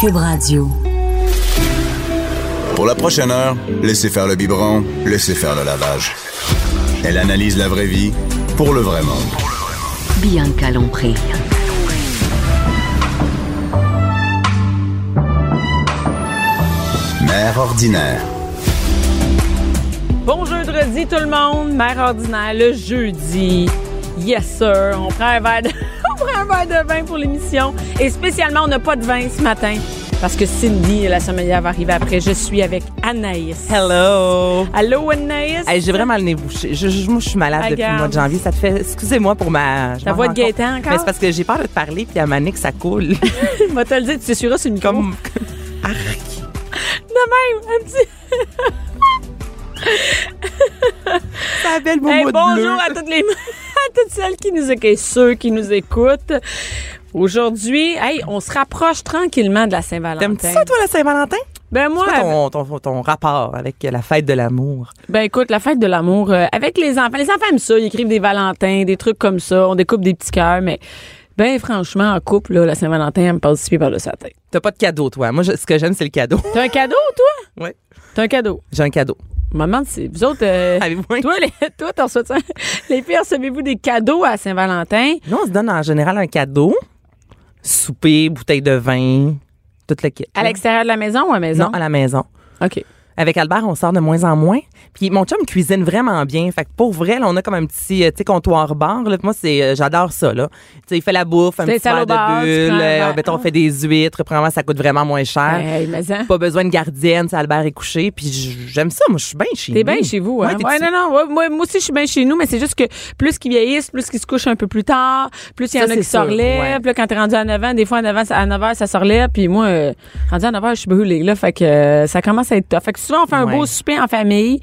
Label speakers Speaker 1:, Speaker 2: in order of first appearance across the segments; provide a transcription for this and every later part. Speaker 1: Cube Radio.
Speaker 2: Pour la prochaine heure, laissez faire le biberon, laissez faire le lavage. Elle analyse la vraie vie pour le vrai monde.
Speaker 1: Bianca Lompré.
Speaker 2: Mère ordinaire.
Speaker 3: Bon jeudi tout le monde, mère ordinaire le jeudi. Yes sir, on prend un verre de, on prend un verre de vin pour l'émission et spécialement on n'a pas de vin ce matin parce que Cindy la sommelière va arriver après. Je suis avec Anaïs.
Speaker 4: Hello!
Speaker 3: Allô Anaïs.
Speaker 4: Hey, j'ai vraiment le nez bouché. Je, je- moi, je suis malade
Speaker 3: Regarde.
Speaker 4: depuis le mois de janvier. Ça te fait. Excusez-moi pour ma. je
Speaker 3: Ta
Speaker 4: m'en
Speaker 3: voix
Speaker 4: rends
Speaker 3: de Gaétan
Speaker 4: compte.
Speaker 3: encore?
Speaker 4: Mais c'est parce que j'ai peur de te parler, puis à ma que ça coule.
Speaker 3: Je vais te le dire, tu t'essuieras sur le micro.
Speaker 4: Comme.
Speaker 3: De même, un petit
Speaker 4: Ta belle
Speaker 3: Hey,
Speaker 4: moumoute
Speaker 3: bonjour
Speaker 4: bleue.
Speaker 3: à toutes les à toutes celles qui nous écoutent, ceux qui nous écoutent. Aujourd'hui, hey, on se rapproche tranquillement de la
Speaker 4: T'aimes-tu
Speaker 3: Saint-Valentin.
Speaker 4: ça, toi, la Saint-Valentin?
Speaker 3: Ben moi,
Speaker 4: C'est quoi ton, ton, ton rapport avec la fête de l'amour?
Speaker 3: Ben écoute, la fête de l'amour euh, avec les enfants. Les enfants aiment ça, ils écrivent des Valentins, des trucs comme ça, on découpe des petits cœurs, mais ben franchement, en couple, là, la Saint-Valentin, elle me passe du pied par le sa tête.
Speaker 4: T'as pas de cadeau, toi. Moi, je- ce que j'aime, c'est le cadeau.
Speaker 3: T'as un cadeau, toi?
Speaker 4: oui.
Speaker 3: T'as un cadeau.
Speaker 4: J'ai un cadeau.
Speaker 3: Maman, c'est vous autres. euh,
Speaker 4: Avez-vous un-
Speaker 3: toi, les, toi, t'en reçois Les filles, recevez-vous des cadeaux à Saint-Valentin?
Speaker 4: Nous, on se donne en général un cadeau. Souper, bouteille de vin, tout le kit.
Speaker 3: À l'extérieur de la maison ou à la maison?
Speaker 4: Non, à la maison.
Speaker 3: OK.
Speaker 4: Avec Albert, on sort de moins en moins. Puis mon chum cuisine vraiment bien. Fait que pour vrai, là, on a comme un petit euh, tu sais, comptoir bar. Là. Puis Moi, c'est euh, j'adore ça. Là. Tu sais, il fait la bouffe, un
Speaker 3: C'est
Speaker 4: petit verre
Speaker 3: salopard, tu
Speaker 4: de bulle.
Speaker 3: prends un
Speaker 4: euh,
Speaker 3: verre.
Speaker 4: mettons, on
Speaker 3: Ah.
Speaker 4: fait des huîtres. Premièrement, ça coûte vraiment moins cher.
Speaker 3: Hey, mais hein.
Speaker 4: Pas besoin de gardienne, si Albert est couché. Puis j- j'aime ça. Moi, je suis bien chez
Speaker 3: T'es
Speaker 4: nous.
Speaker 3: bien chez vous, hein?
Speaker 4: Mm-hmm. Ouais, t'es-
Speaker 3: Ouais, non, non. ouais, moi, moi aussi, je suis bien chez nous, mais c'est juste que plus qu'ils vieillissent, plus qu'ils se couchent un peu plus tard, plus il y en
Speaker 4: Ça,
Speaker 3: a qui
Speaker 4: c'est sûr,
Speaker 3: se relèvent.
Speaker 4: ouais.
Speaker 3: Puis là, quand t'es rendu à 9 ans, des fois, à 9 ans, ça- à 9 heures, ça se relève. Puis moi, euh, rendu à 9 heures, je suis brûlée, là. Fait que euh, ça commence à être tough. Fait que souvent, on fait un
Speaker 4: Ouais.
Speaker 3: beau souper en famille,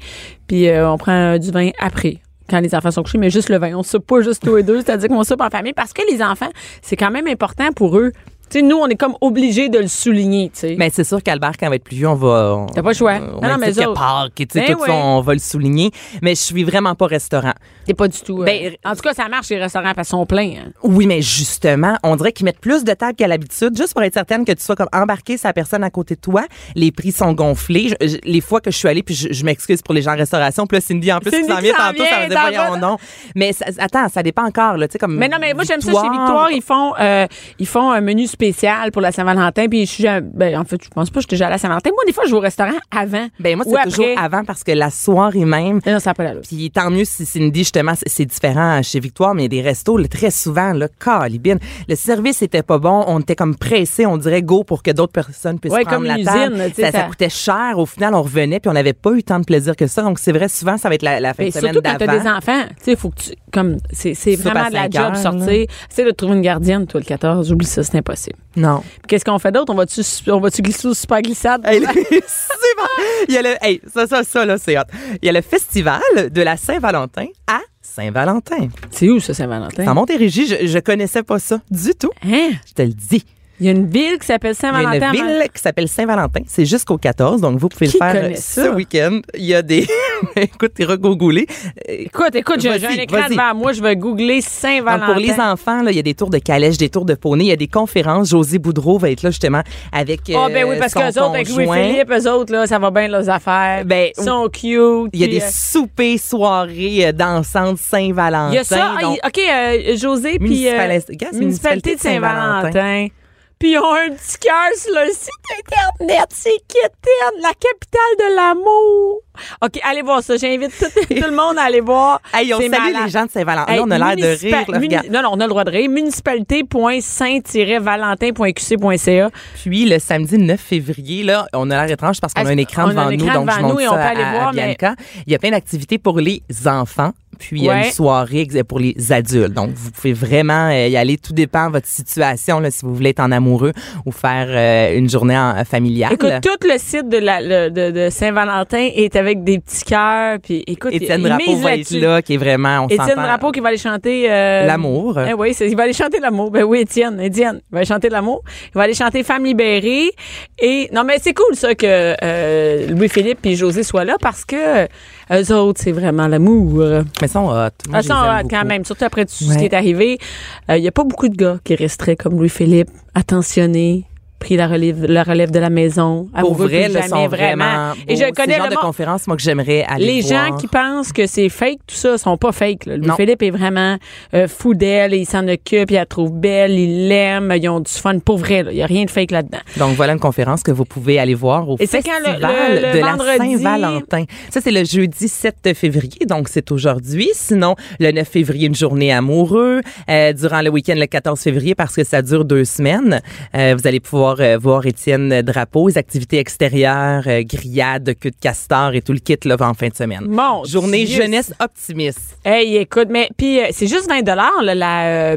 Speaker 3: puis euh, on prend euh, du vin après. Quand les enfants sont couchés, mais juste le vin. On soupe pas juste tous les deux, c'est-à-dire qu'on soupe en famille parce que les enfants, c'est quand même important pour eux. Tu sais, nous, on est comme obligés de le souligner, tu sais.
Speaker 4: Mais c'est sûr qu'Albert, quand il va être plus vieux, on va. on-
Speaker 3: T'as pas le choix.
Speaker 4: On
Speaker 3: Non,
Speaker 4: va
Speaker 3: non, mais
Speaker 4: dire qu'il y a
Speaker 3: eux autres.
Speaker 4: Pâques, et tu sais,
Speaker 3: Ben
Speaker 4: tout ça,
Speaker 3: ouais.
Speaker 4: on va le souligner. Mais je suis vraiment pas restaurant.
Speaker 3: T'es pas du tout. euh,
Speaker 4: Ben,
Speaker 3: en tout cas, ça marche, les restaurants, parce qu'ils sont pleins. hein.
Speaker 4: Oui, mais justement, on dirait qu'ils mettent plus de tables qu'à l'habitude, juste pour être certaine que tu sois comme embarqué sur la personne à côté de toi. Les prix sont gonflés. Je- je- les fois que je suis allée, puis je, je m'excuse pour les gens en restauration, puis là, Cindy en plus qui
Speaker 3: Cindy
Speaker 4: s'en
Speaker 3: qui
Speaker 4: vient
Speaker 3: s'en
Speaker 4: tantôt, ça
Speaker 3: vient,
Speaker 4: va dire,
Speaker 3: t'en vas-
Speaker 4: voyons non. Mais ça- attends, ça dépend encore, là, tu sais, comme.
Speaker 3: Mais non, mais moi j'aime ça chez Victoire, ils font euh, ils font un menu spécial pour la Saint-Valentin puis je suis jamais- ben en fait, je pense pas que j'étais déjà allée à la Saint-Valentin. Moi des fois je vais au restaurant avant.
Speaker 4: Ben, moi,
Speaker 3: ou
Speaker 4: c'est toujours
Speaker 3: après.
Speaker 4: avant parce que la soirée même,
Speaker 3: Non, ça n'a pas l'allure.
Speaker 4: Puis tant mieux si Cindy, justement, c'est- c'est différent chez Victoire, mais il y a des restos, là, très souvent, là, calibine. Le service était pas bon, on était comme pressé, on dirait go pour que d'autres personnes puissent
Speaker 3: Ouais,
Speaker 4: prendre
Speaker 3: comme
Speaker 4: la
Speaker 3: l'usine,
Speaker 4: table.
Speaker 3: là, tu sais,
Speaker 4: ça, ça
Speaker 3: ça-
Speaker 4: coûtait cher. Au final, on revenait, puis on n'avait pas eu tant de plaisir que ça. Donc, c'est vrai, souvent, ça va être la, la fin
Speaker 3: Mais
Speaker 4: de semaine
Speaker 3: Ben, surtout quand t'as des
Speaker 4: d'avant.
Speaker 3: enfants, tu sais, faut que tu comme c'est c'est
Speaker 4: Soupe à
Speaker 3: vraiment de la
Speaker 4: cinq
Speaker 3: job
Speaker 4: heures,
Speaker 3: sortir. C'est de trouver une gardienne toi le 14, j'oublie ça, c'est impossible.
Speaker 4: Non.
Speaker 3: Puis Qu'est-ce qu'on fait d'autre On va tu on va tu glisser au super glissade.
Speaker 4: Hey, là, c'est bon. Il y a le, hey, ça, ça, ça, là, c'est hot. Il y a le festival de la Saint-Valentin à Saint-Valentin.
Speaker 3: C'est où ça
Speaker 4: En
Speaker 3: Saint-Valentin
Speaker 4: Montérégie, je, je connaissais pas ça du tout.
Speaker 3: Hein
Speaker 4: Je te le dis.
Speaker 3: Il y a une ville qui s'appelle Saint-Valentin.
Speaker 4: Il y a une
Speaker 3: à Mont-
Speaker 4: ville qui s'appelle Saint-Valentin. C'est jusqu'au 14, donc vous pouvez
Speaker 3: Qui
Speaker 4: le faire
Speaker 3: connaît
Speaker 4: euh,
Speaker 3: ça?
Speaker 4: ce week-end. Il y a des... Écoute, t'es regogoulé. Euh,
Speaker 3: Écoute, écoute, j'ai j'ai un
Speaker 4: Vas-y,
Speaker 3: écran
Speaker 4: vas-y.
Speaker 3: devant moi, je vais googler Saint-Valentin.
Speaker 4: donc, pour les enfants, là, il y a des tours de calèche, des tours de poney, il y a des conférences. José Boudreau va être là justement avec euh,
Speaker 3: Ah ben oui, parce
Speaker 4: son
Speaker 3: qu'eux autres, avec
Speaker 4: conjoint.
Speaker 3: Louis-Philippe, eux autres, là, ça va bien leurs affaires.
Speaker 4: Ben,
Speaker 3: Ils sont cute.
Speaker 4: Il y a
Speaker 3: puis,
Speaker 4: des
Speaker 3: euh,
Speaker 4: soupers, soirées euh, dansantes Saint-Valentin.
Speaker 3: Il y a ça. ah,
Speaker 4: donc,
Speaker 3: il- OK, euh, José, puis... euh,
Speaker 4: Municipali-
Speaker 3: municipalité
Speaker 4: Gas,
Speaker 3: de
Speaker 4: municipalité de
Speaker 3: Saint-Valentin. Puis ils ont un petit cœur sur leur site Internet. C'est kitten, la capitale de l'amour. OK, allez voir ça. J'invite tout, tout le monde à aller voir.
Speaker 4: Hey, on
Speaker 3: C'est
Speaker 4: salue
Speaker 3: malade.
Speaker 4: les gens de Saint-Valentin.
Speaker 3: Hey,
Speaker 4: Là, on a l'air de
Speaker 3: municipa-
Speaker 4: rire. là,
Speaker 3: muni-
Speaker 4: regarde.
Speaker 3: Non, non, on a le droit de rire. Municipalité.saint-valentin.qc.ca.
Speaker 4: Puis le samedi 9 février, là, on a l'air étrange parce qu'on a un écran
Speaker 3: On a un
Speaker 4: devant nous,
Speaker 3: écran
Speaker 4: donc je
Speaker 3: devant nous
Speaker 4: montre
Speaker 3: et
Speaker 4: ça
Speaker 3: on peut
Speaker 4: à,
Speaker 3: aller
Speaker 4: à
Speaker 3: voir, mais-
Speaker 4: Bianca. Il y a plein d'activités pour les enfants, puis il y a
Speaker 3: Ouais.
Speaker 4: une soirée ex- pour les adultes. Donc vous pouvez vraiment euh, y aller, tout dépend de votre situation, là, si vous voulez être en amoureux ou faire euh, une journée en- familiale.
Speaker 3: Écoute, tout le site de, la- le- de- de Saint-Valentin est avec des petits cœurs. Puis écoute,
Speaker 4: Étienne
Speaker 3: il- il
Speaker 4: Drapeau
Speaker 3: mise
Speaker 4: va être
Speaker 3: là-dessus.
Speaker 4: là, qui est vraiment, on
Speaker 3: Étienne
Speaker 4: s'entend,
Speaker 3: Drapeau qui va aller chanter euh,
Speaker 4: l'amour.
Speaker 3: Eh oui, c'est- il va aller chanter l'amour. Ben oui, Étienne, Étienne, il va aller chanter l'amour. Il va aller chanter Femme libérée. Et non, mais c'est cool ça que euh, Louis Philippe et José soient là parce que eux autres, c'est vraiment l'amour.
Speaker 4: Mais euh, ils sont hot. Moi, je
Speaker 3: Eux
Speaker 4: les
Speaker 3: sont
Speaker 4: aime
Speaker 3: hot quand
Speaker 4: beaucoup.
Speaker 3: même, surtout après tout ce
Speaker 4: Ouais.
Speaker 3: qui est arrivé. Euh, Il y a pas beaucoup de gars qui resteraient comme Louis Philippe, attentionnés, pris la relève, la relève de la maison. Elle
Speaker 4: Pour
Speaker 3: m'en veut
Speaker 4: vrai,
Speaker 3: plus
Speaker 4: le
Speaker 3: jamais,
Speaker 4: sont vraiment.
Speaker 3: Et je connais
Speaker 4: le genre
Speaker 3: le
Speaker 4: de
Speaker 3: monde.
Speaker 4: conférence, moi, que j'aimerais aller
Speaker 3: Les
Speaker 4: voir.
Speaker 3: gens qui pensent que c'est fake, tout ça, sont pas fake. là.
Speaker 4: Non.
Speaker 3: Louis-Philippe est vraiment euh, fou d'elle, il s'en occupe, il la trouve belle, il l'aime, ils ont du fun. Pour vrai, là, il n'y a rien de fake là-dedans.
Speaker 4: Donc voilà une conférence que vous pouvez aller voir au
Speaker 3: Et c'est quand
Speaker 4: festival
Speaker 3: le- le- le
Speaker 4: de la
Speaker 3: vendredi?
Speaker 4: Saint-Valentin. Ça c'est le jeudi 7 février, donc c'est aujourd'hui. Sinon le 9 février une journée amoureux Euh, durant le week-end le 14 février parce que ça dure deux semaines. euh, vous allez pouvoir euh, voir Étienne Drapeau, les activités extérieures, euh, grillades, queue de castor et tout le kit là en fin de semaine.
Speaker 3: Mon
Speaker 4: journée
Speaker 3: Dieu.
Speaker 4: jeunesse optimiste.
Speaker 3: Hey, écoute, mais puis euh, c'est juste 20 dollars la euh,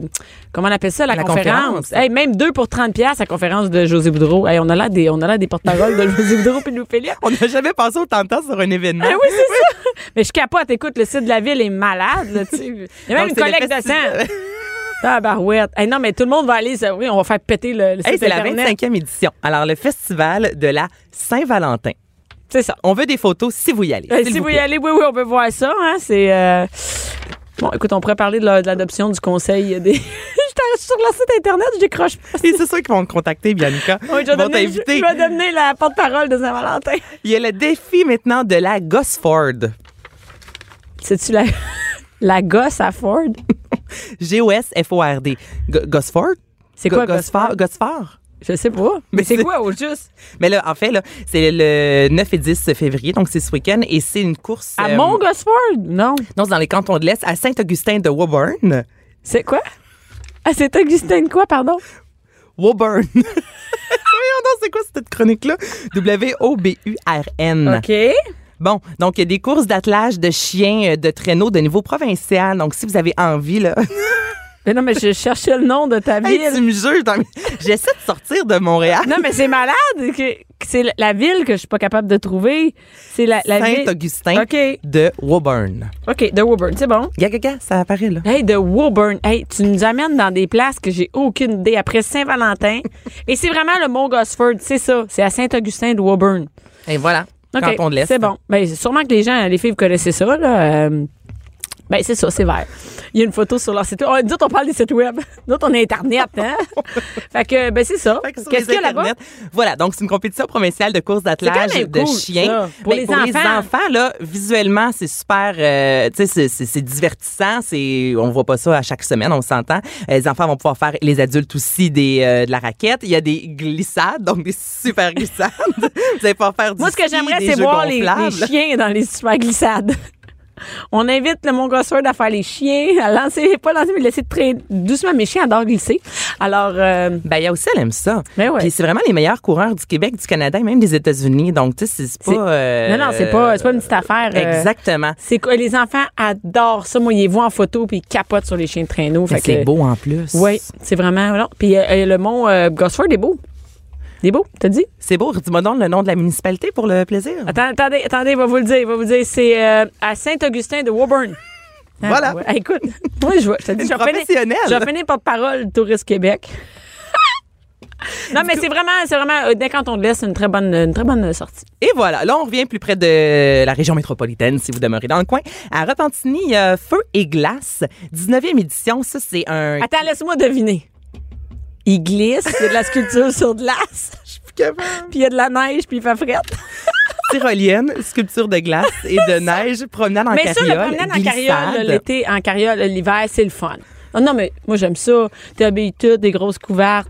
Speaker 3: comment on appelle ça la,
Speaker 4: La
Speaker 3: conférence.
Speaker 4: conférence.
Speaker 3: Hey, même deux pour 30 pièces la conférence de José Boudreau. Hey, on a là des on a là des porte-paroles de José Boudreau puis de Louis Philippe.
Speaker 4: On n'a jamais passé autant de temps sur un événement.
Speaker 3: Ah oui, c'est ça. Mais je capote, écoute, le site de la ville est malade là, tu sais. Il y a même
Speaker 4: Donc,
Speaker 3: une
Speaker 4: c'est le
Speaker 3: collecte de
Speaker 4: festival.
Speaker 3: sang. Ah, barouette. Hey, non, mais tout le monde va aller, ça, oui, on va faire péter le, le
Speaker 4: Hey,
Speaker 3: site
Speaker 4: c'est la
Speaker 3: Internet.
Speaker 4: 25e édition. Alors, le festival de la Saint-Valentin.
Speaker 3: C'est ça.
Speaker 4: On veut des photos si vous y allez.
Speaker 3: Euh,
Speaker 4: s'il
Speaker 3: si vous y
Speaker 4: plaît.
Speaker 3: allez, oui, oui, on peut voir ça. Hein, c'est euh, bon. Écoute, on pourrait parler de la- de l'adoption du conseil des. J'étais sur le site internet, je décroche pas.
Speaker 4: Et c'est sûr qu'ils vont te contacter, Bianca.
Speaker 3: Oui, je
Speaker 4: Ils
Speaker 3: vais
Speaker 4: vont
Speaker 3: devenir-
Speaker 4: t'inviter.
Speaker 3: Je vais devenir la porte-parole de Saint-Valentin.
Speaker 4: Il y a le défi maintenant de la Gosford.
Speaker 3: C'est-tu la, la gosse à Ford?
Speaker 4: G-O-S-F-O-R-D. G- Gosford?
Speaker 3: C'est quoi,
Speaker 4: Go- Gosford? Gosford?
Speaker 3: Je sais pas. Mais,
Speaker 4: Mais
Speaker 3: c'est
Speaker 4: c'est-
Speaker 3: quoi, au juste?
Speaker 4: Mais là, en fait, là, c'est le 9 et 10 février, donc c'est ce week-end, et c'est une course...
Speaker 3: À
Speaker 4: euh,
Speaker 3: mon gosse Ford? Non.
Speaker 4: Non, c'est dans les cantons de l'Est, à Saint-Augustin de Woburn.
Speaker 3: C'est quoi? Ah, c'est Augustin de quoi, pardon?
Speaker 4: Woburn. Voyons donc, c'est quoi cette chronique-là? W-O-B-U-R-N. Bon, donc il y a des courses d'attelage de chiens, euh, de traîneaux de niveau provincial. Donc si vous avez envie, là,
Speaker 3: Mais non, mais je cherchais le nom de ta ville.
Speaker 4: Hey, tu me juges, dans mes- j'essaie de sortir de Montréal.
Speaker 3: Non, mais c'est malade. que- que C'est la- la ville que je suis pas capable de trouver. C'est la, la ville.
Speaker 4: Saint-Augustin
Speaker 3: OK.
Speaker 4: de Woburn.
Speaker 3: OK, de Woburn, c'est bon.
Speaker 4: Gaga, ça apparaît là.
Speaker 3: Hey, de Woburn. Hey, tu nous amènes dans des places que j'ai aucune idée. Après Saint-Valentin. Et c'est vraiment le mont Gosford. C'est ça. C'est à Saint-Augustin de Woburn.
Speaker 4: Et voilà.
Speaker 3: OK,
Speaker 4: Quand on laisse.
Speaker 3: C'est bon. Ben, c'est sûrement que les gens, les filles, vous connaissez ça, là. euh, ben, c'est ça, c'est vert. Il y a une photo sur leur site web. Oh, nous autres, on parle des sites web. Nous autres, on est Internet, hein? fait que, ben, c'est ça.
Speaker 4: Fait que sur
Speaker 3: Qu'est-ce
Speaker 4: les
Speaker 3: qu'il y a là-bas?
Speaker 4: internets, Voilà, donc c'est une compétition provinciale de courses d'attelage
Speaker 3: C'est quand même
Speaker 4: de
Speaker 3: cool,
Speaker 4: chiens.
Speaker 3: ça. Pour
Speaker 4: Mais
Speaker 3: les
Speaker 4: pour les
Speaker 3: enfants.
Speaker 4: enfants, là, visuellement, c'est super, euh, tu sais, c'est- c'est c'est divertissant. C'est, on voit pas ça à chaque semaine, on s'entend. Euh, Les enfants vont pouvoir faire, les adultes aussi, des, euh, de la raquette. Il y a des glissades, donc des super glissades. Vous allez pouvoir faire du
Speaker 3: Moi, ce que
Speaker 4: ski,
Speaker 3: j'aimerais,
Speaker 4: des
Speaker 3: c'est
Speaker 4: jeux
Speaker 3: voir les, les
Speaker 4: gonflables.
Speaker 3: chiens dans les super glissades. On invite le Mont Gosford à faire les chiens, à lancer, pas lancer, mais laisser traîner doucement. Mes chiens adorent glisser. Alors, euh,
Speaker 4: Ben, il y a aussi, elle aime ça.
Speaker 3: Ben ouais.
Speaker 4: Puis c'est vraiment les meilleurs coureurs du Québec, du Canada et même des États-Unis. Donc, tu sais, c'est- c'est
Speaker 3: C'est-
Speaker 4: pas. euh,
Speaker 3: non, non, c'est pas, c'est pas une petite affaire. euh,
Speaker 4: Exactement.
Speaker 3: C'est quoi? Les enfants adorent ça. Moi, ils les voient en photo puis ils capotent sur les chiens de traîneau.
Speaker 4: Mais
Speaker 3: Fait
Speaker 4: C'est
Speaker 3: que-
Speaker 4: beau en plus.
Speaker 3: Oui, c'est vraiment. Non. Puis euh, euh, le mont euh, Gosford est beau. Il est beau, t'as dit?
Speaker 4: C'est beau. Dis-moi donc le nom de la municipalité pour le plaisir.
Speaker 3: Attendez, attendez, attendez, il va vous le dire. Il va vous le dire. C'est euh, à Saint-Augustin de Woburn. Hein,
Speaker 4: Voilà.
Speaker 3: ouais. Hey, écoute, moi, je, vois- je te dis,
Speaker 4: Une
Speaker 3: je vais finir-
Speaker 4: professionnelle.
Speaker 3: je vais finir porte-parole Touriste Québec. non, mais c'est vraiment, c'est vraiment, euh, dès quand on le laisse, une très bonne, une très bonne euh, sortie.
Speaker 4: Et voilà. Là, on revient plus près de la région métropolitaine, si vous demeurez dans le coin. À Repentigny, il y a Feu et Glace, 19e édition. Ça, c'est un.
Speaker 3: Attends, laisse-moi deviner. Il glisse, il y a de la sculpture sur glace, puis il y a de la neige, puis il fait frette.
Speaker 4: Tyrolienne, sculpture de glace et de neige, promenade en
Speaker 3: Mais ça,
Speaker 4: carriole.
Speaker 3: le promenade en carriole,
Speaker 4: glissade.
Speaker 3: l'été en carriole, l'hiver, c'est le fun. Ah, Non, non, mais moi, j'aime ça. T'habilles tout, des grosses couvertes.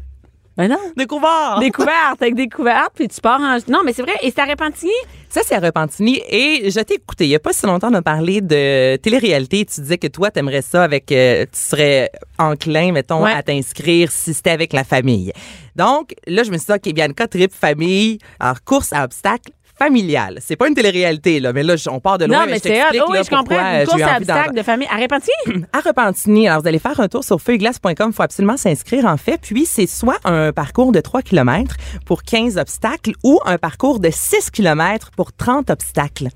Speaker 3: Ben non.
Speaker 4: De couvert.
Speaker 3: Des couvertes, avec des couvertes, puis tu pars en. Non, mais c'est vrai. Et c'est à Repentigny?
Speaker 4: Ça, c'est à Repentigny. Et je t'ai écouté. Il n'y a pas si longtemps, on a parlé de télé-réalité. Tu disais que toi, t'aimerais ça avec. euh, tu serais enclin, mettons,
Speaker 3: Ouais.
Speaker 4: à t'inscrire si c'était avec la famille. Donc, là, je me suis dit, OK, Bianca, trip famille, alors course à obstacles familiale. C'est pas une télé-réalité, là, mais là, je- on part de loin.
Speaker 3: non, mais
Speaker 4: je
Speaker 3: c'est
Speaker 4: t'explique,
Speaker 3: Oh,
Speaker 4: là,
Speaker 3: oui, je
Speaker 4: pourquoi,
Speaker 3: comprends.
Speaker 4: euh,
Speaker 3: Une
Speaker 4: j'ai eu
Speaker 3: course à
Speaker 4: envie d'en-
Speaker 3: obstacles de famille. À Repentigny?
Speaker 4: à Repentigny. Alors, vous allez faire un tour sur feuilleglace.com. Il faut absolument s'inscrire, en fait. Puis, c'est soit un parcours de 3 km pour 15 obstacles ou un parcours de 6 km pour 30 obstacles.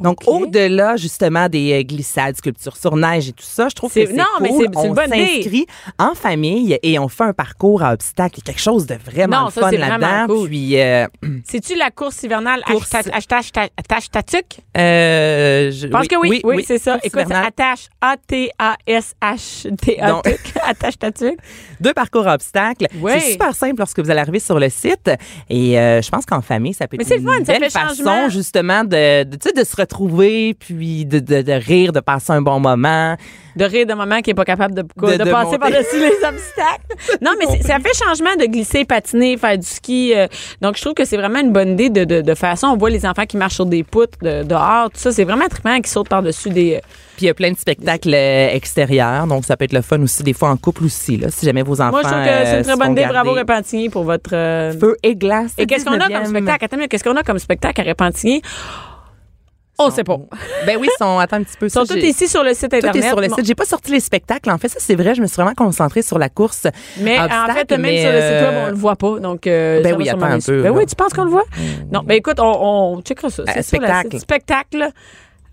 Speaker 4: Donc,
Speaker 3: OK.
Speaker 4: au-delà, justement, des euh, glissades, sculptures sur neige et tout ça, je trouve que
Speaker 3: C'est-
Speaker 4: c'est
Speaker 3: non, mais
Speaker 4: cool.
Speaker 3: c'est- c'est une
Speaker 4: On
Speaker 3: bonne idée.
Speaker 4: s'inscrit en famille et on fait un parcours à obstacles. Quelque chose de vraiment
Speaker 3: Non,
Speaker 4: le
Speaker 3: ça,
Speaker 4: fun
Speaker 3: c'est vraiment
Speaker 4: là-dedans.
Speaker 3: cool.
Speaker 4: Puis, euh,
Speaker 3: C'est-tu la course hivernale
Speaker 4: Course.
Speaker 3: attache- attache- attache attache- tatuc?
Speaker 4: euh, je-
Speaker 3: Je pense que oui, oui, c'est ça.
Speaker 4: Course
Speaker 3: Écoute,
Speaker 4: hivernale.
Speaker 3: attache A-T-A-S-H-T-A-T-U-C, attache tatuc.
Speaker 4: deux parcours obstacles.
Speaker 3: Oui.
Speaker 4: C'est super simple lorsque vous allez arriver sur le site. Et euh, je pense qu'en famille, ça peut
Speaker 3: Mais
Speaker 4: être
Speaker 3: c'est le
Speaker 4: une
Speaker 3: fun, ça
Speaker 4: belle
Speaker 3: fait
Speaker 4: façon,
Speaker 3: changement.
Speaker 4: justement, de, de, tu sais, de se retrouver, puis de, de- de rire, de passer un bon moment.
Speaker 3: De rire de maman qui est pas capable de, de,
Speaker 4: de
Speaker 3: passer
Speaker 4: monter.
Speaker 3: par-dessus les obstacles. Non, mais c'est- ça fait changement de glisser, patiner, faire du ski. euh, donc, je trouve que c'est vraiment une bonne idée de, de, de faire ça. On voit les enfants qui marchent sur des poutres de- dehors, tout ça. C'est vraiment trippant qui sautent par-dessus des... euh,
Speaker 4: Puis il y a plein de spectacles euh, extérieurs, donc ça peut être le fun aussi, des fois en couple aussi, là, si jamais vos enfants.
Speaker 3: Moi, je trouve que c'est
Speaker 4: euh,
Speaker 3: une très
Speaker 4: se
Speaker 3: bonne
Speaker 4: font
Speaker 3: idée. Bravo,
Speaker 4: garder.
Speaker 3: Repentigny, pour votre... euh,
Speaker 4: Feu et glace.
Speaker 3: Et qu'est-ce qu'on a comme
Speaker 4: 19e.
Speaker 3: spectacle? Attends, une minute, qu'est-ce qu'on a comme spectacle à Repentigny? On sait pas.
Speaker 4: Ben oui, ils sont. Attends un petit peu.
Speaker 3: Ils sont
Speaker 4: ça,
Speaker 3: tous
Speaker 4: j'ai-
Speaker 3: ici sur le site
Speaker 4: Tout
Speaker 3: Internet.
Speaker 4: est sur le
Speaker 3: Bon.
Speaker 4: site. J'ai pas sorti les spectacles. En fait, ça, c'est vrai. Je me suis vraiment concentrée sur la course.
Speaker 3: Mais en
Speaker 4: obstacle,
Speaker 3: fait, même
Speaker 4: mais,
Speaker 3: sur le site web,
Speaker 4: euh,
Speaker 3: on le voit pas. Donc, euh,
Speaker 4: Ben
Speaker 3: ça va
Speaker 4: oui,
Speaker 3: sûrement
Speaker 4: attends un
Speaker 3: être-
Speaker 4: peu,
Speaker 3: Ben
Speaker 4: là. Mm. Euh,
Speaker 3: oui, tu penses qu'on le voit? Non, ben écoute, on, on checkera ça. C'est sur le
Speaker 4: spectacle.
Speaker 3: site. Spectacle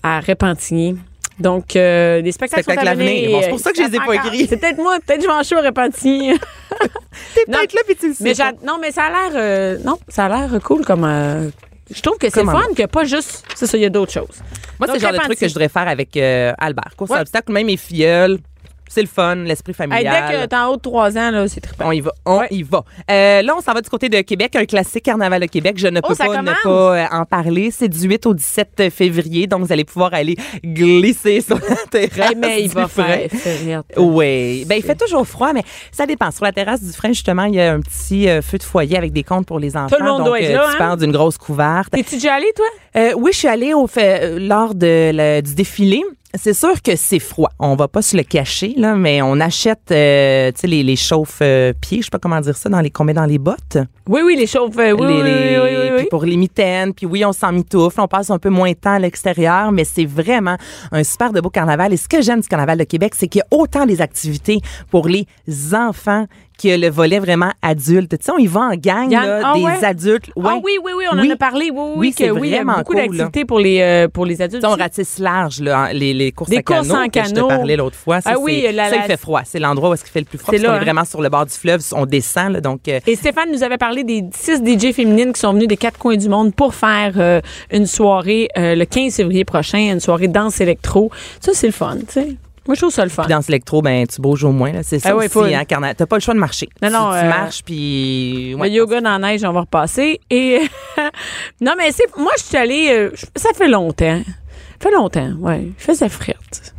Speaker 3: à Repentigny. Donc, euh, les spectacles
Speaker 4: Spectacle
Speaker 3: sont à
Speaker 4: à venir.
Speaker 3: venir.
Speaker 4: Bon, c'est pour ça que je les ai pas
Speaker 3: euh, Encore.
Speaker 4: écrits.
Speaker 3: C'est peut-être moi, peut-être que je m'en suis à Repentigny.
Speaker 4: T'es
Speaker 3: Non.
Speaker 4: peut-être là, puis tu le sais.
Speaker 3: mais
Speaker 4: pas.
Speaker 3: j'a- non, mais ça a l'air euh, non, ça a l'air cool comme euh, je trouve que c'est
Speaker 4: Comme un
Speaker 3: fun que pas juste c'est ça, il y a d'autres choses.
Speaker 4: Moi, c'est
Speaker 3: Donc,
Speaker 4: le genre de truc
Speaker 3: Repentigny.
Speaker 4: que je voudrais faire avec euh, Albert. Course
Speaker 3: Ouais.
Speaker 4: à obstacle, même mes filleuls. C'est le fun, l'esprit
Speaker 3: Hey,
Speaker 4: familial.
Speaker 3: dès que t'es en haut de 3 ans là, c'est trippant.
Speaker 4: on y va, on y va. Euh, là, on s'en va du côté de Québec, un classique carnaval au Québec. Je ne
Speaker 3: Oh,
Speaker 4: peux
Speaker 3: ça
Speaker 4: pas ne
Speaker 3: commence.
Speaker 4: pas euh, en parler. C'est du 8 au 17 février, donc vous allez pouvoir aller glisser sur la
Speaker 3: Hey,
Speaker 4: terrasse.
Speaker 3: Eh, mais il
Speaker 4: du
Speaker 3: va
Speaker 4: Frein.
Speaker 3: faire faire rire.
Speaker 4: Oui. Ben, il fait toujours froid, mais ça dépend. Sur la terrasse du frein, justement, il y a un petit euh, feu de foyer avec des comptes pour les enfants.
Speaker 3: le monde
Speaker 4: donc,
Speaker 3: doit être
Speaker 4: euh,
Speaker 3: là,
Speaker 4: tu
Speaker 3: hein?
Speaker 4: parles d'une grosse couverte.
Speaker 3: T'es-tu déjà allé toi
Speaker 4: Euh, oui, je suis allée au fait, euh, lors de, le- du défilé. C'est sûr que c'est froid. On va pas se le cacher, là, mais on achète euh, tu sais, les, les chauffe-pieds, je sais pas comment dire ça, dans les qu'on met dans les bottes.
Speaker 3: Oui oui, les chauves euh, oui,
Speaker 4: Les-
Speaker 3: oui,
Speaker 4: les-
Speaker 3: oui, oui, oui,
Speaker 4: puis
Speaker 3: oui.
Speaker 4: pour les mitaines, puis oui, on s'en mitoufle, on passe un peu moins de temps à l'extérieur, mais c'est vraiment un super de beau carnaval. Et ce que j'aime du carnaval de Québec, c'est qu'il y a autant des activités pour les enfants que le volet vraiment adulte. Tu sais, on y va en gang,
Speaker 3: Il y en-
Speaker 4: là,
Speaker 3: ah
Speaker 4: des
Speaker 3: ouais?
Speaker 4: adultes.
Speaker 3: Ah
Speaker 4: ouais.
Speaker 3: oui, oui, oui, on
Speaker 4: Oui.
Speaker 3: en a parlé. Oui, oui, oui,
Speaker 4: Oui,
Speaker 3: que
Speaker 4: c'est
Speaker 3: oui, il y a
Speaker 4: vraiment
Speaker 3: beaucoup
Speaker 4: cool,
Speaker 3: d'activités pour les, euh, pour les adultes.
Speaker 4: Tu sais, on
Speaker 3: aussi.
Speaker 4: ratisse large, là, en- les, les courses
Speaker 3: Des
Speaker 4: à canot
Speaker 3: courses en
Speaker 4: que je te
Speaker 3: canot.
Speaker 4: parlais l'autre fois. Ça,
Speaker 3: Ah oui,
Speaker 4: c'est-
Speaker 3: la-
Speaker 4: ça, il
Speaker 3: la-
Speaker 4: fait froid. C'est l'endroit où est-ce qu'il fait le plus froid.
Speaker 3: C'est
Speaker 4: parce
Speaker 3: là,
Speaker 4: qu'on est
Speaker 3: hein.
Speaker 4: vraiment sur le bord du fleuve. On descend, là, donc... euh,
Speaker 3: Et Stéphane nous avait parlé des six DJ féminines qui sont venues des quatre coins du monde pour faire euh, une soirée euh, le 15 février prochain, une soirée danse électro. Ça, c'est le fun, tu sais. Moi, je trouve ça le fun.
Speaker 4: puis dans l'électro, ben, tu bouges au moins. là. C'est ça
Speaker 3: Ah ouais,
Speaker 4: aussi,
Speaker 3: faut-
Speaker 4: hein, carna- T'as pas le choix de marcher.
Speaker 3: Non,
Speaker 4: tu,
Speaker 3: non,
Speaker 4: tu
Speaker 3: euh,
Speaker 4: marches, puis... ouais.
Speaker 3: Le yoga dans la neige, on va repasser. Et non, mais c'est moi, je suis allée. euh, je- ça fait longtemps. Ça fait longtemps, ouais. Je faisais frette.